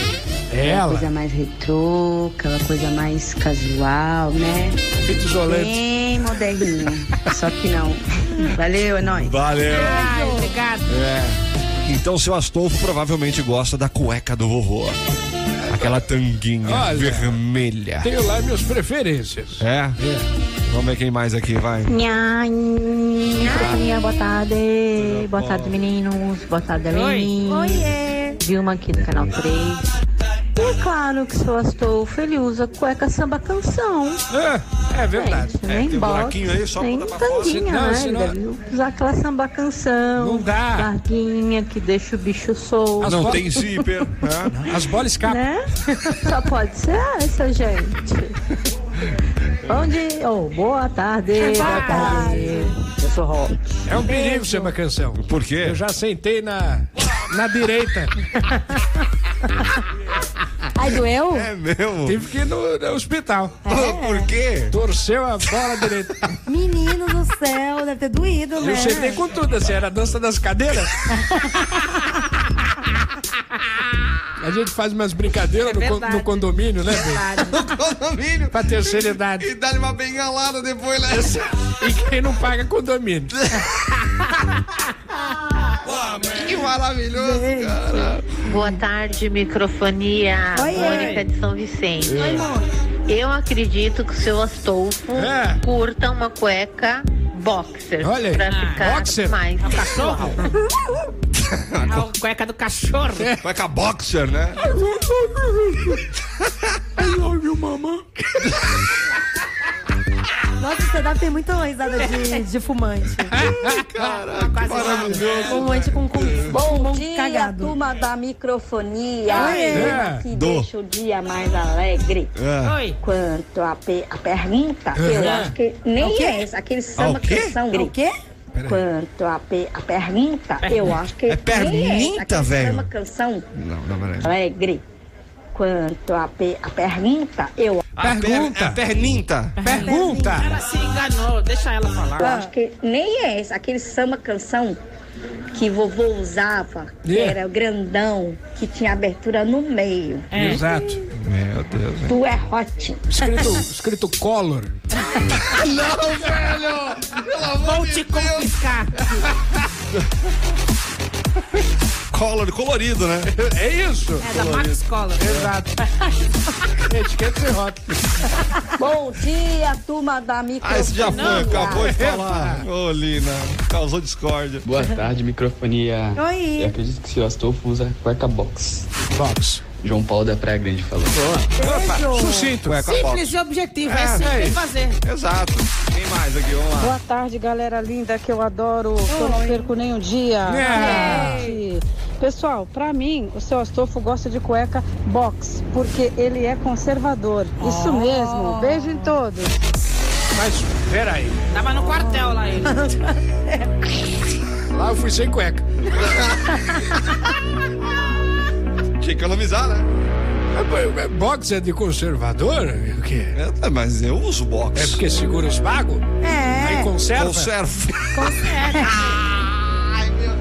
Speaker 4: É
Speaker 15: ela.
Speaker 4: Ah.
Speaker 16: coisa mais retrô, aquela coisa mais casual, né?
Speaker 4: Fita
Speaker 15: isolante.
Speaker 16: Bem moderninha. Só que não. Valeu, é nóis.
Speaker 1: Valeu.
Speaker 16: Ai,
Speaker 7: obrigado.
Speaker 1: É. Então seu Astolfo provavelmente gosta da cueca do vovô. Aquela tanguinha
Speaker 4: Olha.
Speaker 1: vermelha.
Speaker 4: Tenho lá minhas preferências.
Speaker 1: É? Vamos ver quem mais aqui, vai.
Speaker 6: Nha, nha, boa tarde, boa tarde meninos, boa tarde meninas.
Speaker 3: Oiê.
Speaker 6: Vilma aqui do canal 3. E é claro que seu Astolfo ele usa cueca samba canção.
Speaker 4: É, é verdade.
Speaker 6: Gente, nem box, nem tanguinha, né? Ele deve usar aquela samba
Speaker 7: É.
Speaker 6: canção.
Speaker 4: é- Não dá.
Speaker 6: Larguinha que deixa o bicho solto.
Speaker 4: As bo- As bolas escapam.
Speaker 6: Né? Só pode ser essa, gente. Bom dia, ou boa tarde. Boa tarde. Eu sou Rock.
Speaker 4: É um perigo ser uma canção.
Speaker 1: Por quê?
Speaker 4: Eu já sentei na, na direita.
Speaker 6: Ai, doeu?
Speaker 1: É mesmo?
Speaker 4: Tive que ir no, no hospital.
Speaker 1: Por quê?
Speaker 4: Torceu a bola direita.
Speaker 3: Menino do céu, deve ter doído, né?
Speaker 1: É.
Speaker 4: Eu sentei com tudo, assim, era a dança das cadeiras. A gente faz umas brincadeiras
Speaker 1: É
Speaker 4: no, con-
Speaker 1: verdade.
Speaker 4: no condomínio, né, Bê?
Speaker 1: No condomínio.
Speaker 4: Pra terceira idade.
Speaker 1: E dá-lhe uma bengalada depois, né?
Speaker 4: E quem não paga condomínio.
Speaker 1: Que maravilhoso, cara.
Speaker 6: Boa tarde, microfonia.
Speaker 15: Oi,
Speaker 6: Mônica
Speaker 15: oi.
Speaker 6: de São Vicente.
Speaker 15: Oi,
Speaker 6: Eu acredito que o seu Astolfo
Speaker 1: É.
Speaker 6: curta uma cueca boxer.
Speaker 15: Olha aí.
Speaker 6: Pra
Speaker 15: Ah,
Speaker 6: ficar
Speaker 15: boxer?
Speaker 6: mais
Speaker 15: É um
Speaker 6: casual.
Speaker 7: A cueca do cachorro.
Speaker 1: Cueca boxer, né?
Speaker 3: I love you, mama. Nossa, o stand-up tem muita risada de, de fumante.
Speaker 1: Caraca,
Speaker 3: maravilhoso. Fumante com cu.
Speaker 4: É.
Speaker 17: Bom
Speaker 3: Bom
Speaker 17: dia,
Speaker 3: cagado.
Speaker 17: turma da microfonia.
Speaker 4: É.
Speaker 3: Aê.
Speaker 17: Tema
Speaker 1: É.
Speaker 17: Que
Speaker 3: Do.
Speaker 17: deixa o dia mais alegre.
Speaker 15: É. Oi.
Speaker 17: Quanto à pe- a pergunta, eu
Speaker 15: É.
Speaker 17: acho que
Speaker 15: É o
Speaker 17: nem
Speaker 15: quê?
Speaker 17: é essa. Aquele
Speaker 15: É
Speaker 1: Ah,
Speaker 17: samba
Speaker 15: o quê?
Speaker 17: canção
Speaker 15: É o
Speaker 17: quê? Quanto à pe- a pergunta, eu acho que
Speaker 15: É
Speaker 17: nem é
Speaker 15: pergunta,
Speaker 17: essa. Aquele
Speaker 15: velho?
Speaker 17: samba canção
Speaker 1: Não, não, peraí.
Speaker 17: alegre. Quanto à pe- a pergunta, eu acho
Speaker 1: A
Speaker 4: É.
Speaker 1: pergunta. perninta.
Speaker 4: Pergunta.
Speaker 7: Ela se enganou, deixa ela
Speaker 17: Eu
Speaker 7: falar.
Speaker 17: acho que nem é esse, aquele samba canção que vovô usava, que
Speaker 4: Yeah.
Speaker 17: era grandão, que tinha abertura no meio.
Speaker 1: É.
Speaker 4: Exato.
Speaker 1: Meu Deus.
Speaker 17: Tu é hot.
Speaker 4: Escrito, escrito Collor.
Speaker 15: Não, velho! Vou te confiscar.
Speaker 1: Color colorido, né?
Speaker 4: É isso.
Speaker 7: É da Max Collor.
Speaker 4: Exato. Etiqueta e rock.
Speaker 17: Bom dia, turma da microfonia.
Speaker 1: Ah, esse já foi, acabou de
Speaker 17: cara.
Speaker 1: falar. Ô, Lina, causou discórdia.
Speaker 8: Boa tarde, microfonia.
Speaker 1: Oi.
Speaker 8: Eu acredito que o senhor Astolfo usa cueca box.
Speaker 4: Box.
Speaker 8: João Paulo da Praia Grande falou.
Speaker 1: Opa, sucinto. Cueca
Speaker 7: Simples
Speaker 1: box.
Speaker 7: e objetivo,
Speaker 1: É,
Speaker 7: é
Speaker 1: é
Speaker 7: simples
Speaker 1: isso.
Speaker 7: fazer.
Speaker 1: Exato. Quem mais aqui? Vamos lá.
Speaker 18: Boa tarde, galera linda que eu adoro. que Eu não perco nenhum dia.
Speaker 1: É.
Speaker 18: Gente, Pessoal, pra mim, o seu Astolfo gosta de cueca box, porque ele é conservador.
Speaker 4: Oh.
Speaker 18: Isso mesmo. Beijo em todos.
Speaker 4: Mas, peraí.
Speaker 7: Tava no quartel lá ele.
Speaker 4: Lá eu fui sem cueca.
Speaker 1: Tinha que economizar, né?
Speaker 4: Box é de conservador? O quê?
Speaker 1: É, mas eu uso box.
Speaker 4: É porque segura os bagos?
Speaker 3: É.
Speaker 4: Aí conserva?
Speaker 1: Conserva.
Speaker 4: Ai, meu,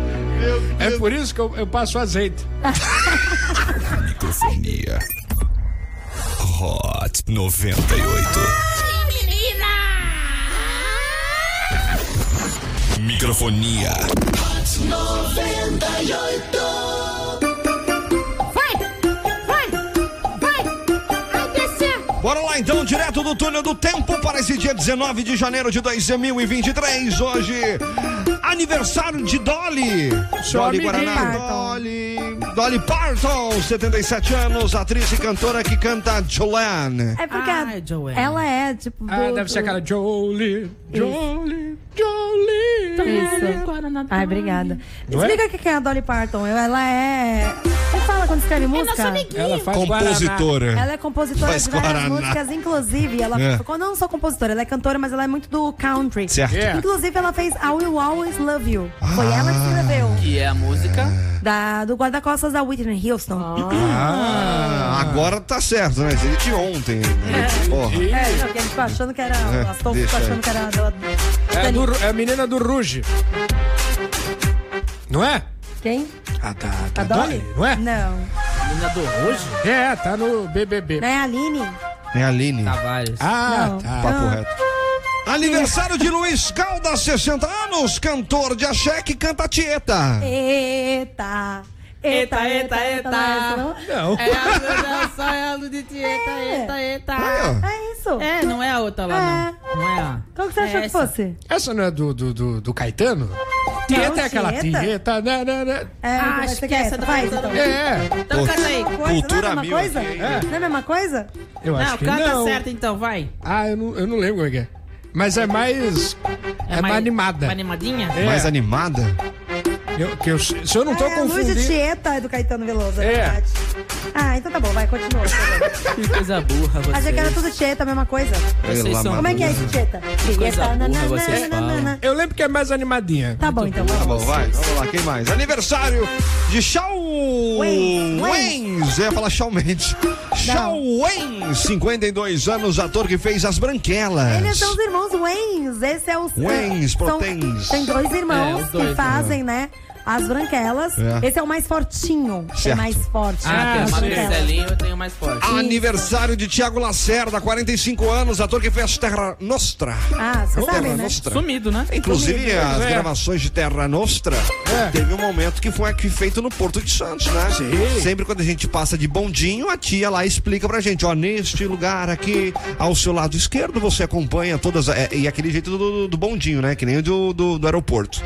Speaker 4: É por isso que eu, eu passo azeite.
Speaker 19: Microfonia. Hot 98.
Speaker 15: Menina!
Speaker 20: Microfonia.
Speaker 1: Bora lá então, direto do túnel do tempo para esse dia 19 de janeiro de 2023. Hoje, aniversário de Dolly.
Speaker 21: Seu
Speaker 1: Dolly
Speaker 21: amiguinho.
Speaker 1: Guaraná. Dolly. Dolly Parton, 77 anos, atriz e cantora que canta Joanne.
Speaker 3: É porque
Speaker 1: Ai,
Speaker 3: a-
Speaker 1: Joanne.
Speaker 3: ela é, tipo.
Speaker 4: Ah, deve ser aquela Jolie, Jolie, Jolie.
Speaker 3: Isso. Ai, obrigada.
Speaker 4: Não é?
Speaker 3: Explica o que que é a Dolly Parton. Ela é. Você fala quando escreve música?
Speaker 4: amiguinha. Ela faz
Speaker 1: Compositora. guaraná.
Speaker 3: Ela é compositora
Speaker 1: Faz
Speaker 3: de várias
Speaker 1: guaraná.
Speaker 3: músicas, inclusive. Ela
Speaker 1: É.
Speaker 3: ficou não só compositora, ela é cantora, mas ela é muito do country.
Speaker 1: Certo. Yeah.
Speaker 21: É.
Speaker 3: Inclusive, ela fez I Will Always Love You. Foi ela que escreveu.
Speaker 8: Que é a música.
Speaker 3: Da, do guarda-costas da Whitney Houston.
Speaker 1: Ah, agora tá certo, né? Seria de ontem. né? Porra.
Speaker 3: É, não, porque a gente ficou achando que era.
Speaker 1: É,
Speaker 3: As ficou
Speaker 1: deixa
Speaker 3: achando
Speaker 1: aí.
Speaker 3: que era dela.
Speaker 4: É, do- é a menina do Ruge. Não é?
Speaker 3: Quem?
Speaker 4: Ah, tá.
Speaker 3: A Dolly?
Speaker 4: Não é?
Speaker 3: Não.
Speaker 4: Menina do Ruge? É, tá no BBB.
Speaker 3: Não é a Aline?
Speaker 1: É a Aline.
Speaker 3: Tá
Speaker 8: Tavares.
Speaker 4: Ah,
Speaker 3: Não.
Speaker 4: tá.
Speaker 1: Papo reto. Aniversário de Luiz Caldas, 60 anos, cantor de axé que canta Tieta.
Speaker 3: Eita! Eita, eita, eita!
Speaker 1: Não.
Speaker 7: É a luz, é só é a luz de ti. Eita, eita, eita.
Speaker 3: É isso.
Speaker 7: É, não é a outra lá, não. Não é a...
Speaker 3: Qual que
Speaker 7: você achou que
Speaker 3: fosse?
Speaker 4: Essa não é do, do, do, do Caetano? Tieta é aquela
Speaker 3: Tieta.
Speaker 4: tieta. Né, né, né.
Speaker 3: É,
Speaker 7: Ah,
Speaker 3: vai ser
Speaker 7: esquece
Speaker 3: que
Speaker 7: essa do
Speaker 3: Faz,
Speaker 7: Caetano.
Speaker 3: então.
Speaker 4: É.
Speaker 7: Então canta aí.
Speaker 3: Cultura
Speaker 4: Cultura
Speaker 3: não é a mesma
Speaker 4: mil,
Speaker 3: coisa?
Speaker 4: hein?
Speaker 3: É. Não é a mesma coisa?
Speaker 4: Eu acho
Speaker 7: não,
Speaker 4: que
Speaker 7: canta
Speaker 4: não.
Speaker 7: certo então, vai.
Speaker 4: Ah, eu não, eu não lembro como é que é. Mas é mais. É, mais, animada. É.
Speaker 7: Mais animadinha?
Speaker 1: Mais animada?
Speaker 4: Eu, que eu- se eu não tô
Speaker 3: é, a luz de
Speaker 4: confundindo.
Speaker 3: Tieta é do Caetano Veloso, é,
Speaker 4: É.
Speaker 3: verdade. Ah, então tá bom, vai, continua.
Speaker 8: Que coisa burra você.
Speaker 3: Achei que era tudo Tieta, a mesma coisa.
Speaker 1: Tá
Speaker 8: Vocês são
Speaker 3: Como é que é esse
Speaker 8: burros.
Speaker 3: Tieta?
Speaker 8: coisa burra
Speaker 3: nananana,
Speaker 8: vocês falam.
Speaker 3: nananana.
Speaker 4: Eu lembro que é mais animadinha.
Speaker 3: Tá bom, então.
Speaker 1: Tá bom, vai. Vamos lá, quem mais? Aniversário de Shawn
Speaker 21: Wayne, Wayne.
Speaker 1: Waynes. Eu ia falar Shawn Mendes. Shawn Waynes, 52 anos, ator que fez As Branquelas.
Speaker 3: Eles são os irmãos Waynes. Esse é o.
Speaker 1: Waynes,
Speaker 3: são-
Speaker 1: Proteins.
Speaker 3: Tem dois
Speaker 1: É,
Speaker 3: irmãos
Speaker 1: os dois,
Speaker 3: que fazem, né? As branquelas.
Speaker 1: É.
Speaker 3: Esse é o mais fortinho. É
Speaker 1: Certo.
Speaker 3: mais forte. né,
Speaker 8: Ah, tem
Speaker 3: as
Speaker 8: uma do
Speaker 3: branquelas.
Speaker 8: Marcelinho, eu tenho mais forte.
Speaker 1: Aniversário de Tiago Lacerda, 45 anos, ator que fez Terra Nostra.
Speaker 3: Ah, você
Speaker 1: Terra
Speaker 3: sabe, né?
Speaker 1: Nostra.
Speaker 8: Sumido, né?
Speaker 1: Inclusive,
Speaker 8: Sumido.
Speaker 1: as
Speaker 8: É.
Speaker 1: gravações de Terra Nostra
Speaker 3: É.
Speaker 1: teve um momento que foi aqui feito no Porto de Santos, né?
Speaker 4: Sim.
Speaker 1: Sempre quando a gente passa de bondinho, a tia lá explica pra gente: ó, neste lugar aqui, ao seu lado esquerdo, você acompanha todas. é, e aquele jeito do, do bondinho, né? Que nem o do, do, do aeroporto.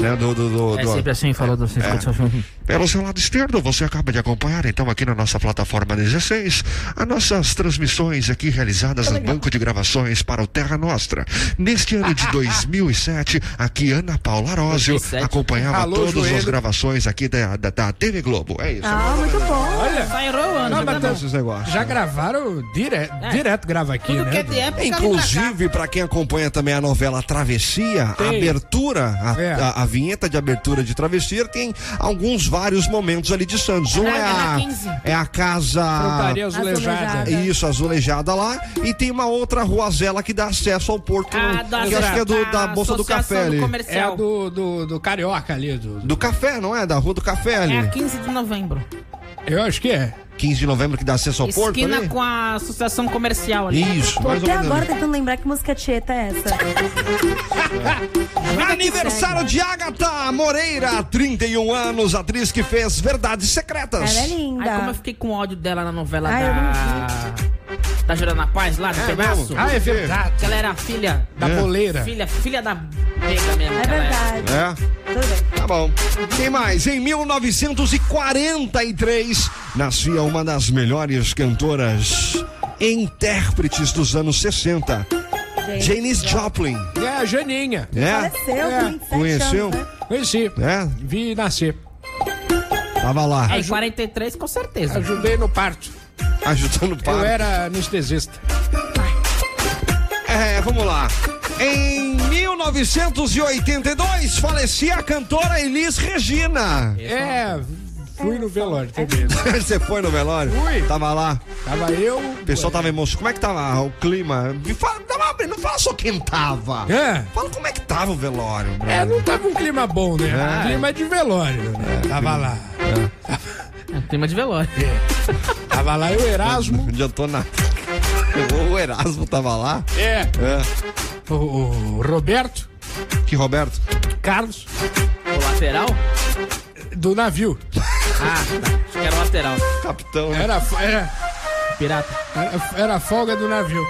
Speaker 1: Né? Do, do, do,
Speaker 8: É
Speaker 1: do-
Speaker 8: sempre assim, falando assim,
Speaker 1: É.
Speaker 8: ficando assim.
Speaker 1: Pelo seu lado esquerdo, você acaba de acompanhar, então, aqui na nossa plataforma 16, as nossas transmissões aqui realizadas no Banco de Gravações para o Terra Nostra. Neste ano de 2007, aqui Ana Paula Arósio
Speaker 21: 2007.
Speaker 1: acompanhava
Speaker 21: Alô,
Speaker 1: todas as
Speaker 21: joelho.
Speaker 1: gravações aqui da, da, da TV Globo. É isso.
Speaker 3: Ah, muito bom.
Speaker 4: Olha.
Speaker 7: Sairou
Speaker 4: Não,
Speaker 7: ano,
Speaker 4: mas
Speaker 7: tá
Speaker 4: tá-
Speaker 7: bom.
Speaker 1: Esses negócios.
Speaker 4: Já gravaram direto, direto grava aqui,
Speaker 7: Tudo
Speaker 4: né?
Speaker 7: que é de época,
Speaker 1: Inclusive, para quem acompanha também a novela Travessia, a
Speaker 4: Tem.
Speaker 1: abertura, a,
Speaker 4: É.
Speaker 1: a- a vinheta de abertura de Travessia tem alguns vários momentos ali de Santos. Um
Speaker 21: É,
Speaker 1: é
Speaker 21: é na
Speaker 1: a,
Speaker 21: 15.
Speaker 1: é a casa.
Speaker 4: Frontaria azulejada. Azulejada.
Speaker 1: É Isso, azulejada lá. E tem uma outra ruazela que dá acesso ao porto.
Speaker 7: Ah, da-
Speaker 1: que acho que é do- da
Speaker 7: da
Speaker 1: Bolsa do
Speaker 7: Associação
Speaker 1: Café
Speaker 7: do
Speaker 1: ali.
Speaker 7: Comercial.
Speaker 4: É a do, do, do Carioca ali. Do,
Speaker 1: Do café, não é? Da Rua do Café ali.
Speaker 7: É a 15 de novembro.
Speaker 4: Eu acho que é.
Speaker 1: 15 de novembro que dá acesso ao porto
Speaker 7: Esquina
Speaker 1: ali?
Speaker 7: com é a associação comercial ali.
Speaker 1: Isso, mais ou
Speaker 3: Até
Speaker 1: menos. né?
Speaker 3: agora tentando lembrar que música Tieta é essa.
Speaker 1: Aniversário de Agatha Moreira, 31 anos, atriz que fez Verdades Secretas.
Speaker 3: Ela é linda.
Speaker 7: Ai, como eu fiquei com ódio dela na novela
Speaker 3: Ai, eu
Speaker 7: da... Da Jurana Paz, lá do
Speaker 4: É
Speaker 7: pedaço.
Speaker 4: mesmo? Ah, é verdade.
Speaker 7: Que ela era a filha...
Speaker 4: Da
Speaker 7: É.
Speaker 4: boleira.
Speaker 7: Filha, filha da... Pega mesmo.
Speaker 3: É verdade.
Speaker 1: É? Tá bom. Quem mais? Em 1943, nascia uma das melhores cantoras e intérpretes dos anos 60. Janis Joplin.
Speaker 4: É a Janinha.
Speaker 1: É?
Speaker 3: Faleceu,
Speaker 4: É.
Speaker 3: 27
Speaker 1: Conheceu?
Speaker 3: anos, né?
Speaker 4: Conheci.
Speaker 1: É?
Speaker 4: Vi nascer.
Speaker 1: Tava lá.
Speaker 7: É, em 43, com certeza.
Speaker 4: Ajudei no parto.
Speaker 1: Ajudando o
Speaker 4: Eu
Speaker 1: parto.
Speaker 4: era anestesista.
Speaker 1: É, vamos lá. Em 1982, falecia a cantora Elis Regina.
Speaker 4: É, fui no velório também.
Speaker 1: Você foi no velório?
Speaker 4: Fui.
Speaker 1: Tava lá.
Speaker 4: Tava eu.
Speaker 1: O pessoal tava emocionado. Como é que tava o clima? Me fala, não, não fala só quem tava.
Speaker 4: É.
Speaker 1: Fala como é que tava o velório, bro.
Speaker 4: É, não tava um clima bom, né?
Speaker 1: É.
Speaker 4: Clima de velório, né? Tava lá.
Speaker 8: É, clima de velório.
Speaker 4: Tava lá eu, Erasmo.
Speaker 1: Não adiantou nada. O Erasmo tava lá.
Speaker 4: É.
Speaker 1: É.
Speaker 4: O, o Roberto.
Speaker 1: aqui, Roberto?
Speaker 22: Carlos.
Speaker 2: O lateral?
Speaker 22: Do navio.
Speaker 2: Ah, tá. Acho que era o lateral.
Speaker 1: Capitão, né?
Speaker 22: Era, a fo- era,
Speaker 4: é.
Speaker 2: Pirata.
Speaker 22: era, era a folga do navio.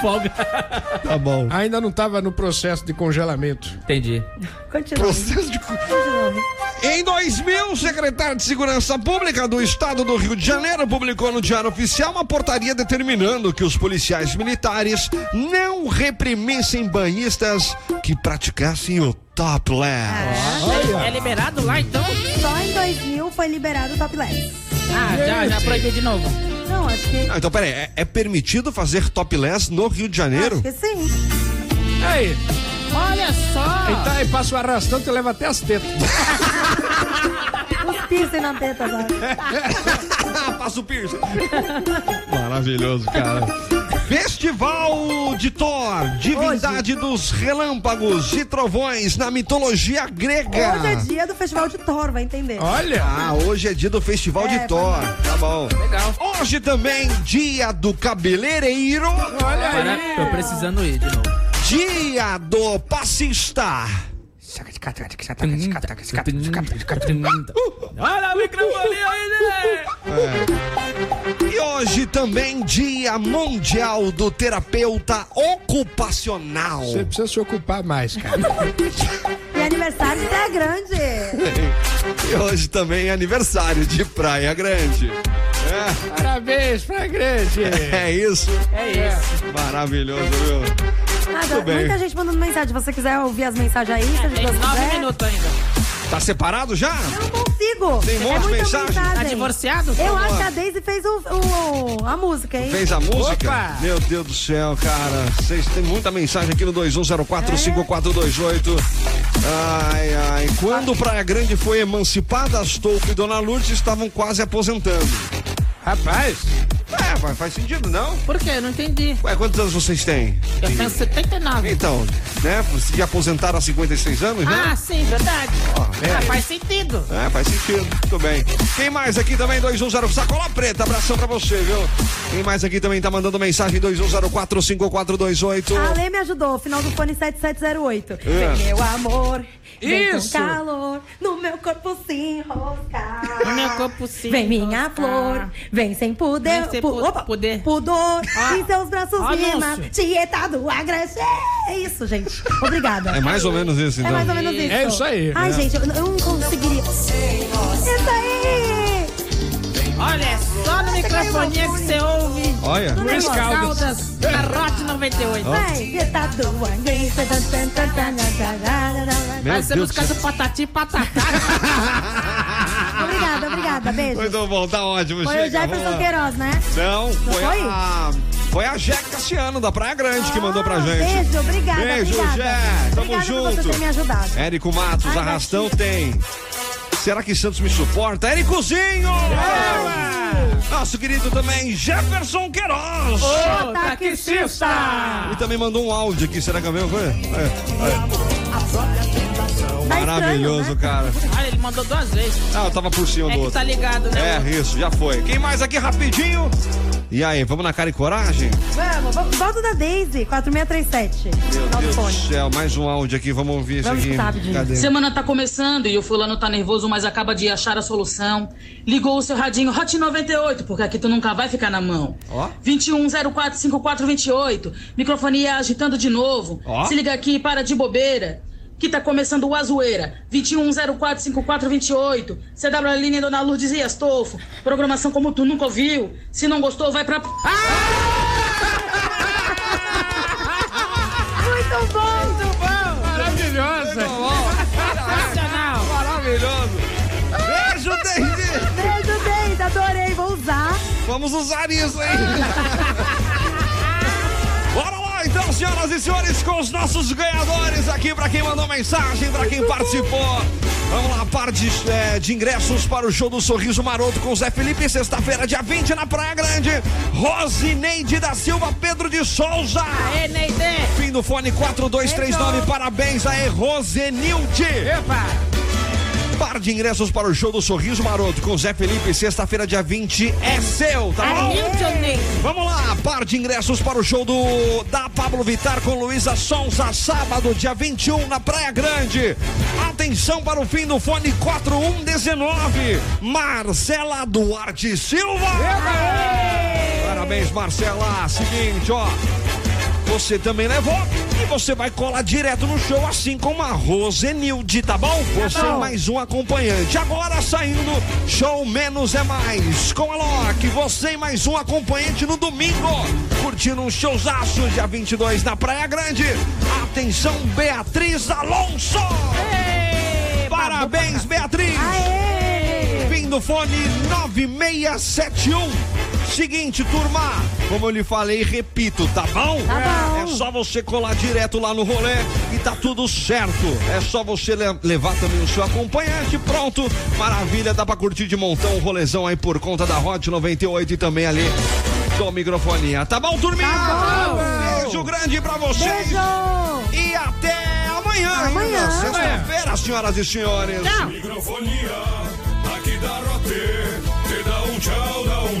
Speaker 2: Folga.
Speaker 1: Tá bom.
Speaker 22: Ainda não tava no processo de congelamento.
Speaker 2: Entendi.
Speaker 3: Continua.
Speaker 1: Processo de Em 2000, o secretário de Segurança Pública do Estado do Rio de Janeiro publicou no Diário Oficial uma portaria determinando que os policiais militares não reprimissem banhistas que praticassem o topless.
Speaker 2: É liberado lá então?
Speaker 3: Só em 2000 foi liberado o topless.
Speaker 2: Ah, já, já proibiu de novo.
Speaker 3: Não, acho que.
Speaker 1: Ah, então, peraí, é, é permitido fazer topless no Rio de Janeiro?
Speaker 3: Acho que sim.
Speaker 22: Aí,
Speaker 2: Olha só!
Speaker 22: então aí passa o arrastão, tu leva até as tetas.
Speaker 3: Os piercing na teta agora. Ah,
Speaker 1: Passa o piercing. Maravilhoso, cara. Festival de Thor, divindade dos relâmpagos e trovões na mitologia grega.
Speaker 3: Hoje é dia do Festival de Thor, vai entender.
Speaker 1: Ah, hoje é dia do Festival
Speaker 3: É,
Speaker 1: de Thor. Tá bom.
Speaker 2: Legal.
Speaker 1: Hoje também, dia do cabeleireiro.
Speaker 2: Agora tô precisando ir de novo.
Speaker 1: Dia do passista.
Speaker 2: Olha o microfone aí, né?
Speaker 1: E hoje também, dia mundial do terapeuta ocupacional.
Speaker 22: Você precisa se ocupar mais, cara.
Speaker 3: E aniversário de Praia Grande.
Speaker 1: E hoje também é aniversário de Praia Grande.
Speaker 22: Parabéns pra grande.
Speaker 1: É isso.
Speaker 2: É isso.
Speaker 1: Maravilhoso, viu?
Speaker 3: Agora,
Speaker 1: bem.
Speaker 3: é muita gente mandando mensagem. Se você quiser ouvir as mensagens aí, se a gente
Speaker 2: Tem
Speaker 7: um
Speaker 2: nove
Speaker 3: quiser.
Speaker 2: minutos ainda.
Speaker 1: Tá separado já?
Speaker 3: Não consigo.
Speaker 1: Tem um monte
Speaker 3: é
Speaker 1: de
Speaker 3: muita
Speaker 1: mensagem?
Speaker 2: Tá
Speaker 3: mensagem.
Speaker 2: divorciado?
Speaker 3: Eu acho que a Daisy fez o, o- a música, hein?
Speaker 1: Fez a música?
Speaker 22: Opa!
Speaker 1: Meu Deus do céu, cara. Vocês têm muita mensagem aqui no 21045428. Ai, ai. Quando Praia Grande foi emancipada, Astolfo e Dona Lourdes estavam quase aposentando.
Speaker 22: Rapaz,
Speaker 1: É, mas faz sentido, não?
Speaker 2: Por quê? Não entendi.
Speaker 1: Ué, quantos anos vocês têm?
Speaker 2: Eu tenho 79.
Speaker 1: Então, né? Se aposentaram há 56 anos, né?
Speaker 2: Ah, sim, verdade.
Speaker 1: é.
Speaker 2: Ah, faz sentido.
Speaker 1: É, faz sentido. Muito bem. Quem mais aqui também? 210 Sacola Preta. Abração pra você, viu? Quem mais aqui também tá mandando mensagem? 21045428.
Speaker 3: A Lê me ajudou, final do fone 7708.
Speaker 1: É.
Speaker 3: Vem, meu amor, vem
Speaker 22: Isso.
Speaker 3: com calor, no meu corpo se enroscar.
Speaker 2: No meu corpo se
Speaker 3: Vem minha
Speaker 2: enroscar.
Speaker 3: flor, vem sem poder.
Speaker 2: Vem sem
Speaker 3: pu-
Speaker 2: pu- poder.
Speaker 3: Pudor, em seus braços
Speaker 2: anúncio.
Speaker 3: rima, tieta do agreste. É isso, gente. Obrigada.
Speaker 1: É mais ou menos isso,
Speaker 3: É
Speaker 1: então.
Speaker 3: mais ou menos isso.
Speaker 22: É isso aí.
Speaker 3: Ai, gente, eu, eu não conseguiria. Isso aí!
Speaker 2: Olha, só no microfonia que você ouve.
Speaker 1: Olha.
Speaker 22: Luiz Caldas.
Speaker 2: Caldas, Carrote 98.
Speaker 3: Vai, tieta do agreste. tan, tan, tan, tan, tan, tan, tan, tan.
Speaker 1: Meu
Speaker 2: Vai ser
Speaker 1: Deus do
Speaker 2: música do Patati e Patatá.
Speaker 3: Obrigada, obrigada. Beijo.
Speaker 1: Muito bom, tá ótimo,
Speaker 3: Foi
Speaker 1: Ah. chega,
Speaker 3: o Jefferson
Speaker 1: vamos lá.
Speaker 3: Queiroz, né?
Speaker 1: Não, foi,
Speaker 3: foi?
Speaker 1: a. Foi a Jé Cassiano, da Praia Grande, que mandou pra
Speaker 3: Ah,
Speaker 1: gente.
Speaker 3: Beijo, obrigada.
Speaker 1: Beijo,
Speaker 3: obrigada.
Speaker 1: Jé. Tamo
Speaker 3: obrigada
Speaker 1: junto. É.
Speaker 3: por você ter me ajudado.
Speaker 1: Érico Matos,
Speaker 3: Ai,
Speaker 1: arrastão
Speaker 3: Martinha.
Speaker 1: tem. Será que Santos me suporta? Éricozinho! É, Nosso querido também, Jefferson Queiroz.
Speaker 2: Ô, taxista!
Speaker 1: E também mandou um áudio aqui, será que é a mesma coisa? É, é.
Speaker 3: Tá
Speaker 1: Maravilhoso,
Speaker 3: estranho, né?
Speaker 1: cara.
Speaker 2: Olha, ele mandou duas vezes.
Speaker 1: Ah, eu tava por cima
Speaker 2: É
Speaker 1: do
Speaker 2: que
Speaker 1: outro.
Speaker 2: tá ligado, né?
Speaker 1: É, isso, já foi. Quem mais aqui rapidinho? E aí, vamos na cara e coragem?
Speaker 3: Vamos, vamos. Volta da Daisy, 4637.
Speaker 1: Meu
Speaker 3: Final do
Speaker 1: Deus do
Speaker 3: fone.
Speaker 1: céu, mais um áudio aqui, vamos ouvir isso
Speaker 3: Vamos
Speaker 1: aqui.
Speaker 3: escutar rapidinho.
Speaker 1: Cadê?
Speaker 11: Semana tá começando e o fulano tá nervoso, mas acaba de achar a solução. Ligou o seu radinho Hot 98, porque aqui tu nunca vai ficar na mão.
Speaker 1: Ó.
Speaker 11: 21045428. Microfonia agitando de novo.
Speaker 1: Ó.
Speaker 11: Se liga aqui e para de bobeira. Que tá começando o Azueira. 21045428. CW Aline, Dona Lourdes e Astolfo. Programação como tu nunca ouviu. Se não gostou, vai pra. p-
Speaker 3: Muito bom.
Speaker 2: Muito bom!
Speaker 22: Maravilhosa.
Speaker 2: Sensacional!
Speaker 1: Maravilhoso. Beijo, Daisy.
Speaker 3: Beijo, Daisy. Adorei, vou usar.
Speaker 1: Vamos usar isso, hein? Bora lá, então, senhoras e senhores, com os nossos ganhadores aqui, pra quem mandou mensagem, pra quem participou. Vamos lá, par de, eh, de ingressos para o show do Sorriso Maroto com Zé Felipe, sexta-feira, dia 20, na Praia Grande. Rosineide da Silva, Pedro de Souza.
Speaker 2: Aê, Neide!
Speaker 1: Fim do fone 4239, parabéns aí, Rosenilde.
Speaker 22: Epa.
Speaker 1: Par de ingressos para o show do Sorriso Maroto com Zé Felipe, sexta-feira, dia 20. É seu, tá bom? Vamos lá, par de ingressos para o show do da Pablo Vitar com Luísa Sonza, sábado, dia 21, na Praia Grande. Atenção para o fim do fone 4119. Marcela Duarte Silva. Parabéns, Marcela. Seguinte, ó. Você também levou e você vai colar direto no show, assim como a Rosenilde, tá bom? Você e mais um acompanhante. Agora saindo, show menos é mais. Com a Loki, você e mais um acompanhante no domingo. Curtindo um showzaço, dia 22 na Praia Grande. Atenção, Beatriz Alonso! Parabéns, Beatriz! Fim do fone 9671. Seguinte, turma, como eu lhe falei, repito, tá bom?
Speaker 6: Tá bom.
Speaker 1: É só você colar direto lá no rolê e tá tudo certo. É só você le- levar também o seu acompanhante, pronto. Maravilha, dá pra curtir de montão o rolezão aí por conta da Hot 98 e também ali do microfonia. Tá bom, turminha?
Speaker 6: Tá bom.
Speaker 1: Beijo grande pra vocês. E até amanhã,
Speaker 6: Amanhã.
Speaker 1: ainda, sexta-feira, senhoras e senhores.
Speaker 5: Microfonia, aqui da Rote. Te dá um tchau, dá um